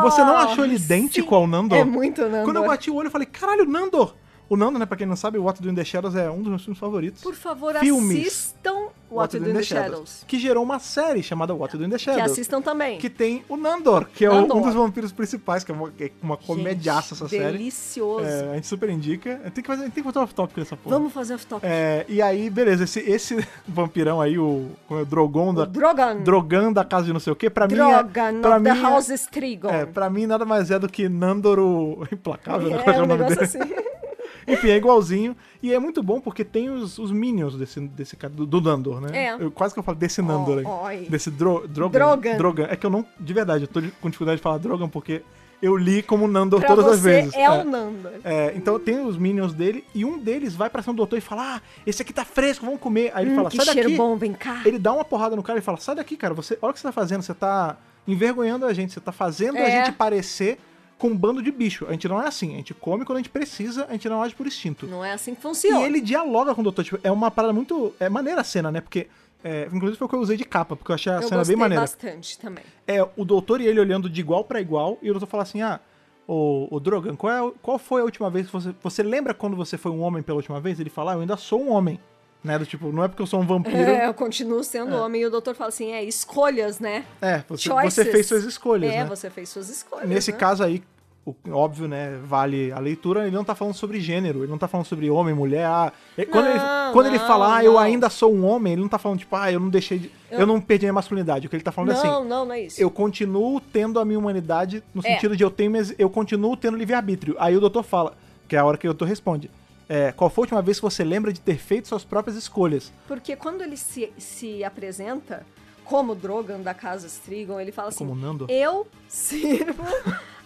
Speaker 1: você não achou ele idêntico ao Nandor?
Speaker 2: Ah, É muito Nandor.
Speaker 1: Quando eu bati o olho, eu falei, caralho, o Nandor! O Nando, né, pra quem não sabe, o What to Do in the Shadows é um dos meus filmes favoritos.
Speaker 2: Por favor,
Speaker 1: Filmes.
Speaker 2: assistam What We Do in the Shadows.
Speaker 1: Que gerou uma série chamada What to Do in the
Speaker 2: Que
Speaker 1: Shadows.
Speaker 2: assistam também.
Speaker 1: que tem o Nandor, que é o-
Speaker 2: Nandor.
Speaker 1: um dos vampiros principais, que é uma, é uma comediaça essa
Speaker 2: Gente,
Speaker 1: série.
Speaker 2: Delicioso.
Speaker 1: É, a gente super indica. Tem que fazer, tem que botar um off-topic nessa porra.
Speaker 2: Vamos fazer off-top.
Speaker 1: É, e aí, beleza, esse, esse [laughs] vampirão aí, o, como é, o Drogon da.
Speaker 2: Drogan.
Speaker 1: Drogan da casa de não sei o que, pra mim.
Speaker 2: Drogan
Speaker 1: é- Pra
Speaker 2: of
Speaker 1: mim,
Speaker 2: the
Speaker 1: é-
Speaker 2: House Strigon.
Speaker 1: é, pra mim nada mais é do que Nandor o [laughs] Implacável, né? Qual
Speaker 2: é
Speaker 1: que
Speaker 2: um
Speaker 1: o nome
Speaker 2: negócio
Speaker 1: dele?
Speaker 2: assim.
Speaker 1: [laughs] Enfim, é igualzinho. E é muito bom porque tem os, os minions desse, desse cara, do, do Nandor, né?
Speaker 2: É.
Speaker 1: Eu, quase que eu falo desse Nandor aí.
Speaker 2: oi.
Speaker 1: Desse dro, Drogan.
Speaker 2: Drogan.
Speaker 1: É que eu não. De verdade, eu tô de- com dificuldade de falar Drogan porque eu li como Nandor
Speaker 2: pra
Speaker 1: todas
Speaker 2: você
Speaker 1: as vezes.
Speaker 2: é o Nandor.
Speaker 1: É, então tem os minions dele e um deles vai pra cima do doutor e fala: Ah, esse aqui tá fresco, vamos comer. Aí ele fala:
Speaker 2: Hum, que
Speaker 1: Sai
Speaker 2: cheiro
Speaker 1: daqui.
Speaker 2: bom, vem cá.
Speaker 1: Ele dá uma porrada no cara e fala: Sai daqui, cara, você, olha o que você tá fazendo, você tá envergonhando a gente, você tá fazendo
Speaker 2: É.
Speaker 1: a gente parecer com um bando de bicho. A gente não é assim, a gente come quando a gente precisa, a gente não age por instinto.
Speaker 2: Não é assim que
Speaker 1: E
Speaker 2: funciona.
Speaker 1: ele dialoga com o doutor, tipo, é uma parada muito. É maneira a cena, né? Porque. é, inclusive foi o que eu usei de capa, porque eu achei a
Speaker 2: eu
Speaker 1: cena
Speaker 2: gostei
Speaker 1: bem maneira
Speaker 2: bastante também.
Speaker 1: é o doutor e ele olhando de igual pra igual, e o doutor fala assim: ah, ô, ô Drogan, qual, é o- qual foi a última vez que você. Você lembra quando você foi um homem pela última vez? Ele fala, ah, eu ainda sou um homem. Né? Do tipo, não é porque eu sou um vampiro.
Speaker 2: É, [laughs] eu continuo sendo homem e o doutor fala assim, é, escolhas, né?
Speaker 1: É, você,
Speaker 2: Choices.
Speaker 1: você fez suas escolhas.
Speaker 2: É,
Speaker 1: né?
Speaker 2: você fez suas escolhas.
Speaker 1: Nesse
Speaker 2: né?
Speaker 1: caso aí, o- o- óbvio, né, vale a leitura, ele não tá falando sobre gênero, ele não tá falando sobre homem, mulher. ah, é- quando ele,
Speaker 2: Não,
Speaker 1: quando ele
Speaker 2: não,
Speaker 1: fala, ah, eu
Speaker 2: não.
Speaker 1: ainda sou um homem, ele não tá falando, tipo, ah, eu não deixei de. Eu, não perdi minha masculinidade. O que ele tá falando é assim.
Speaker 2: não, não, não é isso.
Speaker 1: Eu continuo tendo a minha humanidade no
Speaker 2: É.
Speaker 1: sentido de eu tenho, minhas- eu continuo tendo livre-arbítrio. Aí o doutor fala, que é a hora que o doutor responde. é, qual foi a última vez que você lembra de ter feito suas próprias escolhas?
Speaker 2: Porque quando ele se, se apresenta como Drogon da Casa Strigon, ele fala assim:
Speaker 1: Como Nando?
Speaker 2: Eu sirvo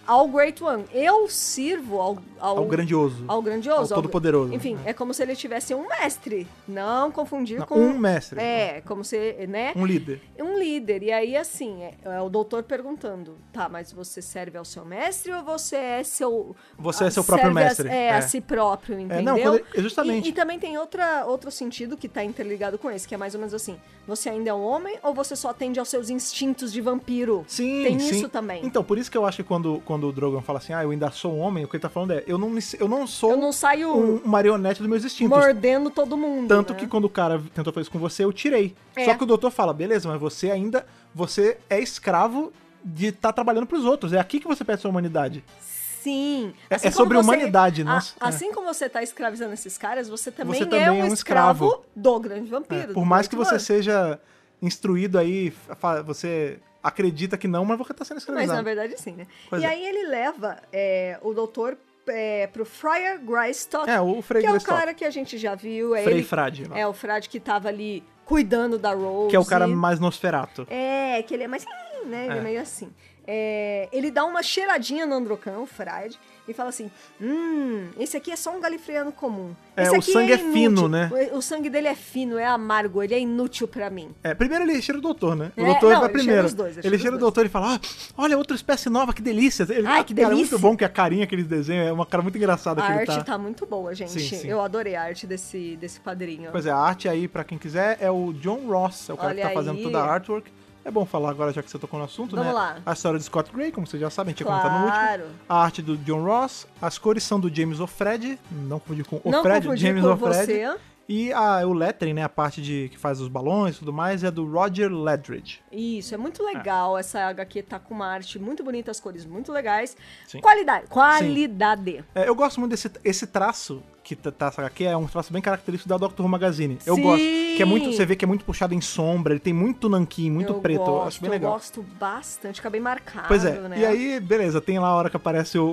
Speaker 2: ao Great One. Eu sirvo ao, ao,
Speaker 1: Ao grandioso.
Speaker 2: ao grandioso.
Speaker 1: ao Todo-Poderoso. né?
Speaker 2: Enfim, é. como se ele tivesse um mestre. Não confundir
Speaker 1: Não,
Speaker 2: com.
Speaker 1: um mestre.
Speaker 2: É, como se, né?
Speaker 1: Um líder.
Speaker 2: Um líder. E aí, assim, é, é o doutor perguntando: tá, mas você serve ao seu mestre ou você é seu.
Speaker 1: Você é
Speaker 2: ah,
Speaker 1: seu próprio
Speaker 2: serve a-
Speaker 1: mestre?
Speaker 2: é,
Speaker 1: É.
Speaker 2: a si próprio, entendeu?
Speaker 1: não, quando ele- é justamente.
Speaker 2: E, e também tem outra, outro sentido que tá interligado com esse, que é mais ou menos assim: você ainda é um homem ou você só atende aos seus instintos de vampiro?
Speaker 1: Sim,
Speaker 2: Tem
Speaker 1: sim.
Speaker 2: isso também.
Speaker 1: Então, por isso que eu acho que quando, quando o Drogon fala assim, ah, eu ainda sou um homem, o que ele tá falando é, eu não, me- eu não sou
Speaker 2: Eu não saio
Speaker 1: um marionete dos meus instintos.
Speaker 2: mordendo todo mundo.
Speaker 1: Tanto
Speaker 2: né?
Speaker 1: que quando o cara tentou fazer isso com você, eu tirei.
Speaker 2: É.
Speaker 1: Só que o doutor fala, beleza, mas você ainda, você é escravo de estar trabalhando pros outros. É aqui que você perde sua humanidade.
Speaker 2: Sim.
Speaker 1: É-
Speaker 2: Assim
Speaker 1: é
Speaker 2: como
Speaker 1: sobre humanidade,
Speaker 2: a-
Speaker 1: nossa, é.
Speaker 2: Assim como você tá escravizando esses caras, você também,
Speaker 1: Você também
Speaker 2: é, um
Speaker 1: é um
Speaker 2: escravo,
Speaker 1: escravo.
Speaker 2: do grande vampiro.
Speaker 1: É,
Speaker 2: do
Speaker 1: Por mais que
Speaker 2: Great
Speaker 1: você
Speaker 2: One.
Speaker 1: seja instruído aí, fa- você acredita que não, mas você tá sendo
Speaker 2: Mas
Speaker 1: escravizado.
Speaker 2: na verdade, sim, né?
Speaker 1: Pois
Speaker 2: e
Speaker 1: é.
Speaker 2: aí ele leva é, o doutor é, pro Friar Greystock,
Speaker 1: É, o Frei
Speaker 2: que é o
Speaker 1: Greystock.
Speaker 2: cara que a gente já viu. É
Speaker 1: Frei
Speaker 2: ele,
Speaker 1: Frade, lá.
Speaker 2: É o Frade que tava ali cuidando da Rose.
Speaker 1: que é o cara mais nosferato.
Speaker 2: É, que ele é mais. assim, né? Ele é,
Speaker 1: É.
Speaker 2: meio assim. É, ele dá uma cheiradinha no Androcan, o Fried, e fala assim: Hum, esse aqui é só um galifreano comum.
Speaker 1: É,
Speaker 2: Esse
Speaker 1: o
Speaker 2: aqui
Speaker 1: sangue é
Speaker 2: inútil.
Speaker 1: fino, né?
Speaker 2: O, o sangue dele é fino, é amargo, ele é inútil pra mim.
Speaker 1: É, primeiro ele cheira o doutor, né? O
Speaker 2: É,
Speaker 1: doutor
Speaker 2: não,
Speaker 1: vai
Speaker 2: ele
Speaker 1: primeiro.
Speaker 2: cheira os dois, ele
Speaker 1: ele
Speaker 2: cheira os
Speaker 1: cheira o
Speaker 2: dois.
Speaker 1: doutor e fala: ah, olha, outra espécie nova, que delícia. Ele,
Speaker 2: Ai, que
Speaker 1: Cara, é
Speaker 2: delícia.
Speaker 1: muito bom que a carinha que ele desenha é uma cara muito engraçada
Speaker 2: A
Speaker 1: que ele
Speaker 2: arte
Speaker 1: tá.
Speaker 2: tá... muito boa, gente.
Speaker 1: Sim, sim.
Speaker 2: Eu adorei a arte desse, desse quadrinho.
Speaker 1: Pois é, a arte aí, pra quem quiser, é o John Ross, é o cara
Speaker 2: Olha
Speaker 1: que tá fazendo
Speaker 2: aí.
Speaker 1: toda a artwork. É bom falar agora, já que você tocou no assunto,
Speaker 2: Vamos
Speaker 1: né?
Speaker 2: lá.
Speaker 1: A história de Scott Gray, como vocês já sabem, a gente ia comentar Tipo, tá no último.
Speaker 2: claro.
Speaker 1: A arte do John Ross, as cores são do James O'Fred, não confundir com
Speaker 2: Não
Speaker 1: O'Fred,
Speaker 2: confundir
Speaker 1: James
Speaker 2: com
Speaker 1: O'Fred.
Speaker 2: você.
Speaker 1: E a, o lettering, né, a parte de que faz os balões e tudo mais, é do Roger Ledridge.
Speaker 2: Isso, é muito legal. Essa HQ tá com uma arte muito bonita, as cores muito legais.
Speaker 1: Sim.
Speaker 2: Qualidade. Qualidade.
Speaker 1: É, eu gosto muito desse esse traço que tá, tá essa aqui, é um traço bem característico da Doctor Who Magazine. Eu
Speaker 2: Sim!
Speaker 1: gosto. Que é muito, você vê que é muito puxado em sombra, ele tem muito nanquim, muito
Speaker 2: eu
Speaker 1: preto.
Speaker 2: Gosto,
Speaker 1: eu acho bem legal.
Speaker 2: Eu gosto bastante, fica bem marcado,
Speaker 1: Pois é,
Speaker 2: né?
Speaker 1: e aí, beleza, tem lá a hora que aparece o,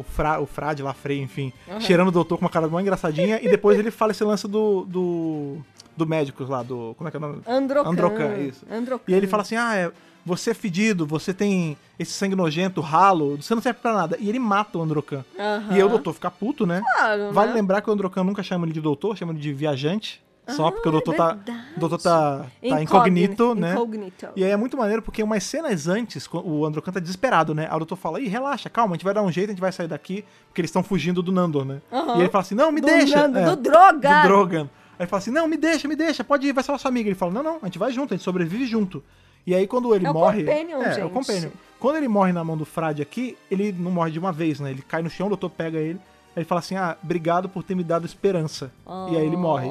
Speaker 1: o, Fra, o Frade lá, Frei, enfim, cheirando o doutor com uma cara mó engraçadinha, e depois ele fala esse lance do, do, do médicos lá, do, como é que é o nome?
Speaker 2: Androcan.
Speaker 1: Androcan, é isso.
Speaker 2: Androcan.
Speaker 1: E ele fala assim, ah, é, você é fedido, você tem esse sangue nojento, ralo, você não serve pra nada. E ele mata o Androcan.
Speaker 2: Aham.
Speaker 1: E aí o doutor fica puto, né?
Speaker 2: Claro,
Speaker 1: Vale
Speaker 2: né?
Speaker 1: lembrar que o Androcan nunca chama ele de doutor, chama ele de viajante. Só
Speaker 2: Ah,
Speaker 1: porque o doutor
Speaker 2: é
Speaker 1: tá.
Speaker 2: verdade.
Speaker 1: O doutor tá, tá
Speaker 2: Incógnito,
Speaker 1: incognito, né?
Speaker 2: incognito.
Speaker 1: E aí é muito maneiro porque umas cenas antes, co- o Androcan tá desesperado, né? Aí o doutor fala, ih, relaxa, calma, a gente vai dar um jeito, a gente vai sair daqui, porque eles estão fugindo do Nandor, né?
Speaker 2: Aham.
Speaker 1: E ele fala assim, não, me
Speaker 2: Do
Speaker 1: deixa.
Speaker 2: Nando- do
Speaker 1: Do
Speaker 2: Droga!
Speaker 1: Drogan. Aí ele fala assim, não, me deixa, me deixa, pode ir, vai salvar sua amiga. Ele fala, não, não, a gente vai junto, a gente sobrevive junto. E aí quando ele
Speaker 2: É o
Speaker 1: morre.
Speaker 2: Companion,
Speaker 1: é, é o
Speaker 2: gente.
Speaker 1: companion. Quando ele morre na mão do Frade aqui, ele não morre de uma vez, né? Ele cai no chão, o doutor pega ele. Aí ele fala assim: Ah, obrigado por ter me dado esperança. E aí ele morre.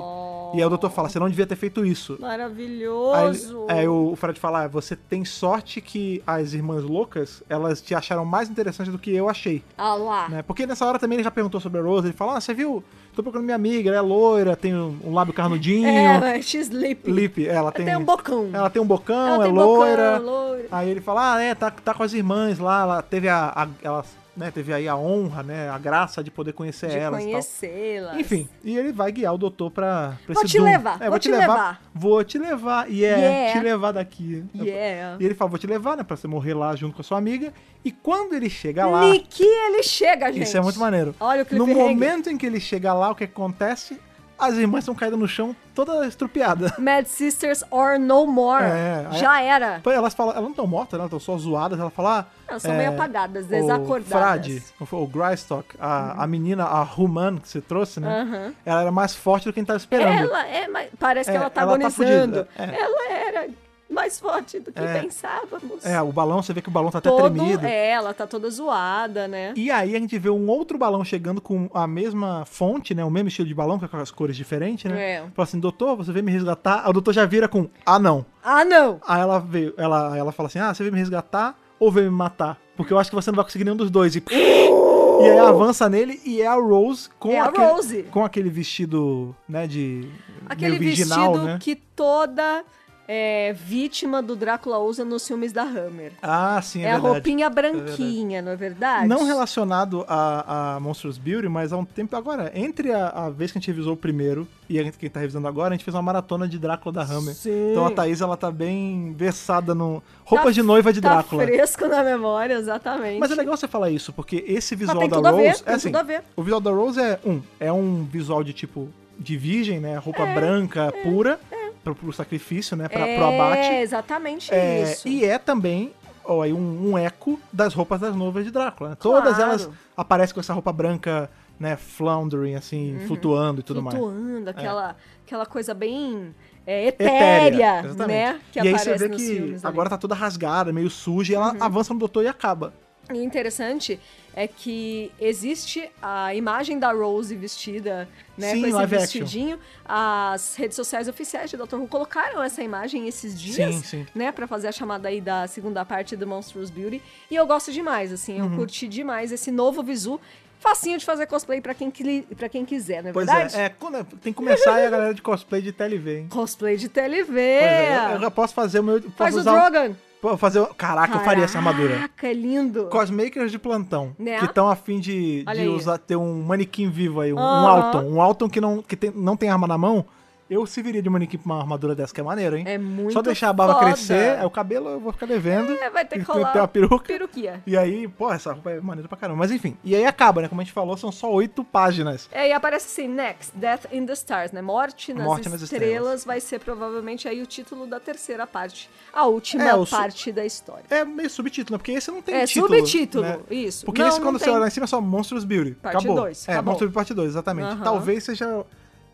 Speaker 1: E aí o doutor fala: Você não devia ter feito isso. Aí, ele-
Speaker 2: Maravilhoso.
Speaker 1: aí o o Fred fala: "Ah, Você tem sorte que as irmãs loucas elas te acharam mais interessante do que eu achei.
Speaker 2: Ah lá.
Speaker 1: Né? Porque nessa hora também ele já perguntou sobre a Rose. Ele fala: Ah, você viu? Tô procurando minha amiga, ela é loira, tem um um lábio carnudinho.
Speaker 2: É, mas she's sleepy.
Speaker 1: Lip, ela tem.
Speaker 2: Tem um bocão.
Speaker 1: Ela tem um bocão,
Speaker 2: Ela
Speaker 1: é
Speaker 2: tem bocão,
Speaker 1: loira.
Speaker 2: loira.
Speaker 1: Aí ele fala, ah, é, tá, tá com as irmãs lá, ela teve a. a- ela, né, teve aí a honra, né? A graça de poder conhecer
Speaker 2: de
Speaker 1: É, elas e tal.
Speaker 2: conhecê-las.
Speaker 1: Enfim, e ele vai guiar o doutor pra, pra
Speaker 2: Vou
Speaker 1: esse
Speaker 2: te
Speaker 1: Doom. É,
Speaker 2: levar, vou te levar.
Speaker 1: Vou te levar, e yeah, é,
Speaker 2: Yeah.
Speaker 1: te levar daqui.
Speaker 2: Yeah.
Speaker 1: E ele fala, vou te levar, né, pra você morrer lá junto com a sua amiga. E quando ele chega lá,
Speaker 2: Niki, ele chega, gente.
Speaker 1: isso é muito maneiro.
Speaker 2: Olha o
Speaker 1: No
Speaker 2: cliffhanger.
Speaker 1: momento em que ele chega lá, o que acontece? As irmãs estão caídas no chão, toda estrupiada.
Speaker 2: [laughs] Mad Sisters or No More.
Speaker 1: É, é.
Speaker 2: Já era.
Speaker 1: Pô, Elas falam, elas não estão mortas, né? elas estão só zoadas. Ela fala. ah,
Speaker 2: Elas são meio apagadas, desacordadas. Uhum.
Speaker 1: O Frade, o- o Greystock, a, a menina, a Ruman que você trouxe, né?
Speaker 2: Aham.
Speaker 1: Ela era mais forte do que a gente tava esperando.
Speaker 2: Ela é, mas parece que
Speaker 1: É,
Speaker 2: ela tá
Speaker 1: ela tá
Speaker 2: agonizando.
Speaker 1: fudida, é.
Speaker 2: Ela era mais forte do que
Speaker 1: É.
Speaker 2: pensávamos.
Speaker 1: É, o balão, você vê que o balão tá até
Speaker 2: Todo,
Speaker 1: tremido.
Speaker 2: é, ela tá toda zoada, né?
Speaker 1: E aí a gente vê um outro balão chegando com a mesma fonte, né? O mesmo estilo de balão, com as cores diferentes, né?
Speaker 2: É.
Speaker 1: Fala assim, doutor, você veio me resgatar. Aí O doutor já vira com, ah, não.
Speaker 2: Ah, não!
Speaker 1: Aí ela veio, ela, ela fala assim: Ah, você veio me resgatar ou veio me matar? Porque eu acho que você não vai conseguir nenhum dos dois. E, [laughs] e aí avança nele e é a Rose com,
Speaker 2: É a
Speaker 1: aquele,
Speaker 2: Rose.
Speaker 1: com aquele vestido, né, de
Speaker 2: Aquele
Speaker 1: meio virginal,
Speaker 2: vestido
Speaker 1: né?
Speaker 2: que toda é, vítima do Drácula usa nos filmes da Hammer.
Speaker 1: Ah, sim, é,
Speaker 2: é a
Speaker 1: verdade.
Speaker 2: roupinha branquinha, não é verdade?
Speaker 1: Não relacionado a, a Monsters Beauty, mas há um tempo agora, entre a, a vez que a gente revisou o primeiro e a gente, quem tá revisando agora, a gente fez uma maratona de Drácula da Hammer.
Speaker 2: Sim.
Speaker 1: Então a Thaís, ela tá bem versada no... Roupas de noiva de Drácula.
Speaker 2: Tá fresco na memória, exatamente.
Speaker 1: Mas é legal você falar isso, porque esse visual
Speaker 2: tem
Speaker 1: da
Speaker 2: tudo a
Speaker 1: Rose.
Speaker 2: ver,
Speaker 1: é
Speaker 2: tem
Speaker 1: assim,
Speaker 2: tudo a ver.
Speaker 1: O visual da Rose é um. É um visual de tipo de virgem, né? Roupa branca, pura, pro, pro sacrifício, né? Pra, pro
Speaker 2: É, É,
Speaker 1: abate.
Speaker 2: exatamente
Speaker 1: É,
Speaker 2: isso.
Speaker 1: e é também. ó, aí um, um eco das roupas das noivas de Drácula. né? Todas
Speaker 2: Claro.
Speaker 1: elas aparecem com essa roupa branca, né, floundering, assim,
Speaker 2: Uhum.
Speaker 1: flutuando e tudo mais. É.
Speaker 2: Flutuando, aquela, aquela coisa bem é,
Speaker 1: Etérea,
Speaker 2: etérea,
Speaker 1: exatamente.
Speaker 2: né? Que
Speaker 1: e aí
Speaker 2: aparece
Speaker 1: você vê
Speaker 2: nos
Speaker 1: que
Speaker 2: filmes ali. Uhum.
Speaker 1: agora tá toda rasgada, meio suja, e ela avança no doutor e acaba.
Speaker 2: E o interessante é que existe a imagem da Rose vestida, né,
Speaker 1: Sim,
Speaker 2: com esse
Speaker 1: live action.
Speaker 2: vestidinho. As redes sociais oficiais de Dr. Who colocaram essa imagem esses dias,
Speaker 1: Sim, sim.
Speaker 2: né, para fazer a chamada aí da segunda parte do Monstrous Beauty. E eu gosto demais, assim,
Speaker 1: Uhum.
Speaker 2: eu curti demais esse novo visu. Facinho de fazer cosplay pra quem, qui- pra quem quiser, não é
Speaker 1: Pois
Speaker 2: verdade?
Speaker 1: é, é, quando- tem que começar aí a galera de cosplay de TLV,
Speaker 2: [laughs]
Speaker 1: hein?
Speaker 2: Cosplay de TLV!
Speaker 1: Pois é, eu, eu já posso fazer o meu. Posso
Speaker 2: Faz o
Speaker 1: usar
Speaker 2: Drogan!
Speaker 1: po- fazer, o- caraca, eu faria essa armadura.
Speaker 2: Caraca, é lindo!
Speaker 1: Cosmakers de plantão,
Speaker 2: Né?
Speaker 1: que estão a fim de,
Speaker 2: Olha
Speaker 1: de
Speaker 2: aí.
Speaker 1: usar, ter um manequim vivo aí, um, um
Speaker 2: Aham.
Speaker 1: Alton. Um Alton que, não, que tem- não tem arma na mão. Eu serviria de manequim pra uma armadura dessa, que é maneiro, hein?
Speaker 2: É muito
Speaker 1: Só deixar a barba
Speaker 2: foda.
Speaker 1: crescer, aí o cabelo eu vou ficar devendo.
Speaker 2: É, vai
Speaker 1: e
Speaker 2: ter que rolar
Speaker 1: ter uma peruca.
Speaker 2: peruquinha.
Speaker 1: E aí, pô, essa roupa é maneira pra caramba. Mas enfim, e aí acaba, né? Como a gente falou, são só oito páginas.
Speaker 2: É, e aparece assim, Next, Death in the Stars, né? Morte nas,
Speaker 1: Morte nas
Speaker 2: estrelas,
Speaker 1: Estrelas.
Speaker 2: vai ser provavelmente aí o título da terceira parte, a última
Speaker 1: É, o su-
Speaker 2: parte da história.
Speaker 1: É meio subtítulo, né? Porque esse não tem
Speaker 2: É,
Speaker 1: título.
Speaker 2: subtítulo,
Speaker 1: né?
Speaker 2: isso.
Speaker 1: Porque
Speaker 2: Não,
Speaker 1: esse,
Speaker 2: não
Speaker 1: quando você
Speaker 2: tem.
Speaker 1: olha lá em cima, é só Monstros Beauty.
Speaker 2: Parte
Speaker 1: acabou.
Speaker 2: dois,
Speaker 1: É,
Speaker 2: acabou.
Speaker 1: Monstros Beauty Parte 2, exatamente.
Speaker 2: Aham.
Speaker 1: Talvez seja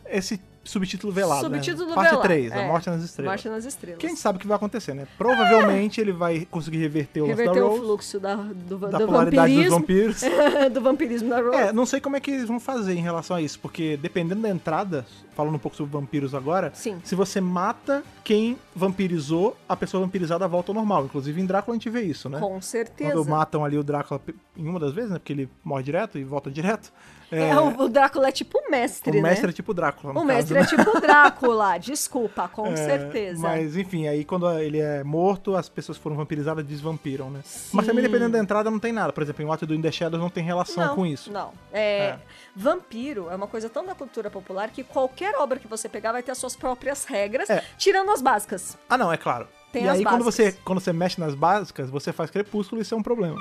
Speaker 1: esse subtítulo velado.
Speaker 2: Subtítulo
Speaker 1: né?
Speaker 2: do
Speaker 1: Parte
Speaker 2: velado,
Speaker 1: 3,
Speaker 2: é.
Speaker 1: A Morte nas Estrelas.
Speaker 2: Morte nas Estrelas.
Speaker 1: Quem sabe o que vai acontecer, né? Provavelmente ele vai conseguir reverter o lance da
Speaker 2: Reverteu o
Speaker 1: Rose,
Speaker 2: fluxo da, do, va-
Speaker 1: da
Speaker 2: do
Speaker 1: polaridade dos
Speaker 2: vampirismo.
Speaker 1: vampiros.
Speaker 2: [laughs] do vampirismo da Rose.
Speaker 1: É, não sei como é que eles vão fazer em relação a isso, porque dependendo da entrada, falando um pouco sobre vampiros agora,
Speaker 2: Sim.
Speaker 1: se você mata quem vampirizou, a pessoa vampirizada volta ao normal. Inclusive em Drácula a gente vê isso, né?
Speaker 2: Com certeza.
Speaker 1: Quando matam ali o Drácula pe- em uma das vezes, né? Porque ele morre direto e volta direto.
Speaker 2: É, o, o Drácula é tipo o mestre,
Speaker 1: o mestre
Speaker 2: né?
Speaker 1: é tipo o Drácula, no
Speaker 2: O
Speaker 1: caso,
Speaker 2: mestre
Speaker 1: né?
Speaker 2: é tipo o Drácula, desculpa, com
Speaker 1: [laughs] É,
Speaker 2: certeza.
Speaker 1: Mas enfim, aí quando ele é morto, as pessoas que foram vampirizadas desvampiram, né? Mas também dependendo da entrada não tem nada. Por exemplo, em What to Do in the Shadows não tem relação
Speaker 2: não,
Speaker 1: com isso.
Speaker 2: Não. É,
Speaker 1: É.
Speaker 2: Vampiro é uma coisa tão da cultura popular que qualquer obra que você pegar vai ter as suas próprias regras,
Speaker 1: É.
Speaker 2: tirando
Speaker 1: [laughs]
Speaker 2: as básicas.
Speaker 1: Ah, não, é claro.
Speaker 2: Tem
Speaker 1: e
Speaker 2: as
Speaker 1: aí quando você,
Speaker 2: básicas.
Speaker 1: quando você mexe nas básicas, você faz crepúsculo e isso é um problema.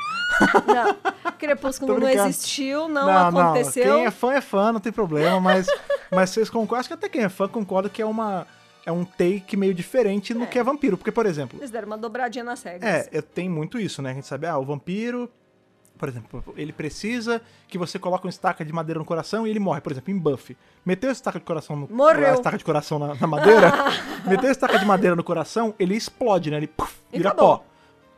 Speaker 2: Não. Crepúsculo
Speaker 1: Tô
Speaker 2: não
Speaker 1: brincando.
Speaker 2: existiu, não, aconteceu.
Speaker 1: Quem é fã é fã, não tem problema, mas, [laughs] mas vocês concordam. Acho que até quem é fã concorda que é uma. É um take meio diferente no
Speaker 2: É.
Speaker 1: que é vampiro. Porque, por exemplo,
Speaker 2: Eles deram uma dobradinha nas regras.
Speaker 1: É, eu- tem muito isso, né? A gente sabe, ah, o vampiro, por exemplo, ele precisa que você coloque uma estaca de madeira no coração e ele morre, por exemplo, em Buffy. Meteu a estaca de coração no
Speaker 2: Morreu.
Speaker 1: A estaca de coração na, na
Speaker 2: [laughs]
Speaker 1: madeira. meteu a estaca de madeira no coração, ele explode, né? Ele puf,
Speaker 2: E
Speaker 1: vira
Speaker 2: acabou.
Speaker 1: pó.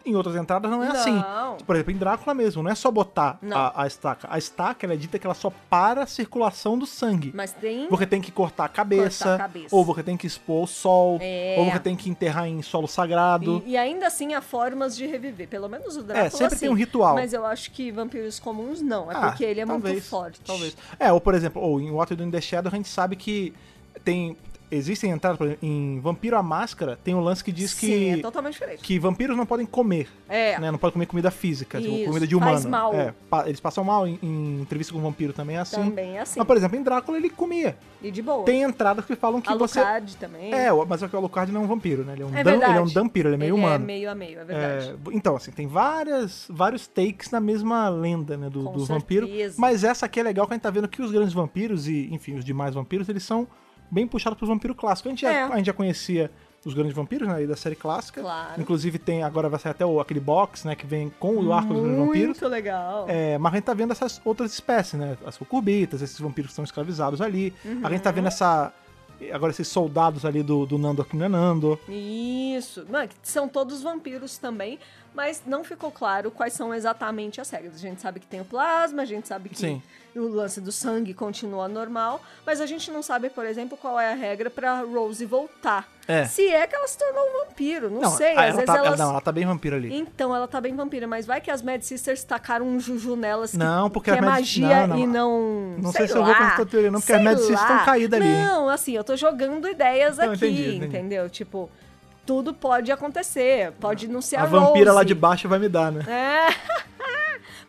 Speaker 1: Em outras entradas não é
Speaker 2: Não.
Speaker 1: assim. Por exemplo, em Drácula mesmo, não é só botar
Speaker 2: Não.
Speaker 1: a, a estaca. A estaca ela é dita que ela só para a circulação do sangue.
Speaker 2: Mas tem.
Speaker 1: Porque tem que cortar a cabeça,
Speaker 2: Cortar a cabeça.
Speaker 1: ou você tem que expor o sol,
Speaker 2: É.
Speaker 1: ou você tem que enterrar em solo sagrado.
Speaker 2: E, e ainda assim há formas de reviver. Pelo menos o Drácula.
Speaker 1: É, sempre tem
Speaker 2: sim.
Speaker 1: um ritual.
Speaker 2: Mas eu acho que vampiros comuns não. É
Speaker 1: Ah,
Speaker 2: porque ele é muito
Speaker 1: talvez,
Speaker 2: forte.
Speaker 1: Talvez. É, ou por exemplo, ou em Water in the Shadow a gente sabe que tem. Existem entradas, por exemplo, em Vampiro à Máscara tem um lance que diz
Speaker 2: Sim,
Speaker 1: que,
Speaker 2: é totalmente diferente.
Speaker 1: que vampiros não podem comer.
Speaker 2: É.
Speaker 1: Né? Não podem comer comida física, tipo,
Speaker 2: Isso,
Speaker 1: comida de humano.
Speaker 2: faz mal.
Speaker 1: É, pa- eles passam mal em, em entrevista com o vampiro também é assim.
Speaker 2: Também é assim.
Speaker 1: Mas, por exemplo, em Drácula ele comia.
Speaker 2: E de boa.
Speaker 1: Tem entradas que falam que você.
Speaker 2: Alucard também.
Speaker 1: É, o- mas é que o Alucard não é um vampiro, né? Ele é um,
Speaker 2: É
Speaker 1: dan- ele é um
Speaker 2: verdade.
Speaker 1: dampiro, ele é meio
Speaker 2: Ele
Speaker 1: humano.
Speaker 2: É meio a meio, é
Speaker 1: É,
Speaker 2: verdade.
Speaker 1: então, assim, tem várias, vários takes na mesma lenda, né, do,
Speaker 2: Com
Speaker 1: do vampiro.
Speaker 2: certeza.
Speaker 1: Mas essa aqui é legal que a gente tá vendo que os grandes vampiros e, enfim, os demais vampiros, eles são bem puxados pro vampiro clássico. A gente,
Speaker 2: É.
Speaker 1: já, a gente já conhecia os grandes vampiros, né, aí da série clássica.
Speaker 2: Claro.
Speaker 1: Inclusive tem, agora vai sair até o, aquele box, né, que vem com o arco dos grandes vampiros.
Speaker 2: Muito legal.
Speaker 1: É, mas a gente tá vendo essas outras espécies, né? As cucurbitas, esses vampiros que estão escravizados ali. A gente tá
Speaker 2: Uhum.
Speaker 1: vendo essa... Agora esses soldados ali do, do é Nando Aquino Nando.
Speaker 2: Isso. Não, é que são todos vampiros também, mas não ficou claro quais são exatamente as regras. A gente sabe que tem o plasma, a gente sabe que
Speaker 1: Sim.
Speaker 2: o lance do sangue continua normal, mas a gente não sabe, por exemplo, qual é a regra pra Rose voltar.
Speaker 1: É.
Speaker 2: Se é que ela se tornou um vampiro, não, sei.
Speaker 1: ah,
Speaker 2: Às
Speaker 1: ela
Speaker 2: vezes
Speaker 1: tá, ela-
Speaker 2: elas...
Speaker 1: não, ela tá bem vampiro ali.
Speaker 2: Então, ela tá bem vampira, mas vai que as Mad Sisters tacaram um juju nelas que,
Speaker 1: Não, porque as
Speaker 2: que é
Speaker 1: Mad-
Speaker 2: magia
Speaker 1: não, não.
Speaker 2: e não.
Speaker 1: Não sei
Speaker 2: sei,
Speaker 1: se eu vou com
Speaker 2: lá.
Speaker 1: essa tua teoria, não, porque as
Speaker 2: Sei
Speaker 1: Mad Sisters
Speaker 2: lá.
Speaker 1: estão caídas ali, hein?
Speaker 2: Não, assim, eu tô jogando ideias
Speaker 1: Não,
Speaker 2: aqui,
Speaker 1: entendi, entendi.
Speaker 2: entendeu? Tipo, tudo pode acontecer. Pode não ser a,
Speaker 1: a vampira
Speaker 2: Rose.
Speaker 1: lá de baixo vai me dar, né?
Speaker 2: [laughs] É.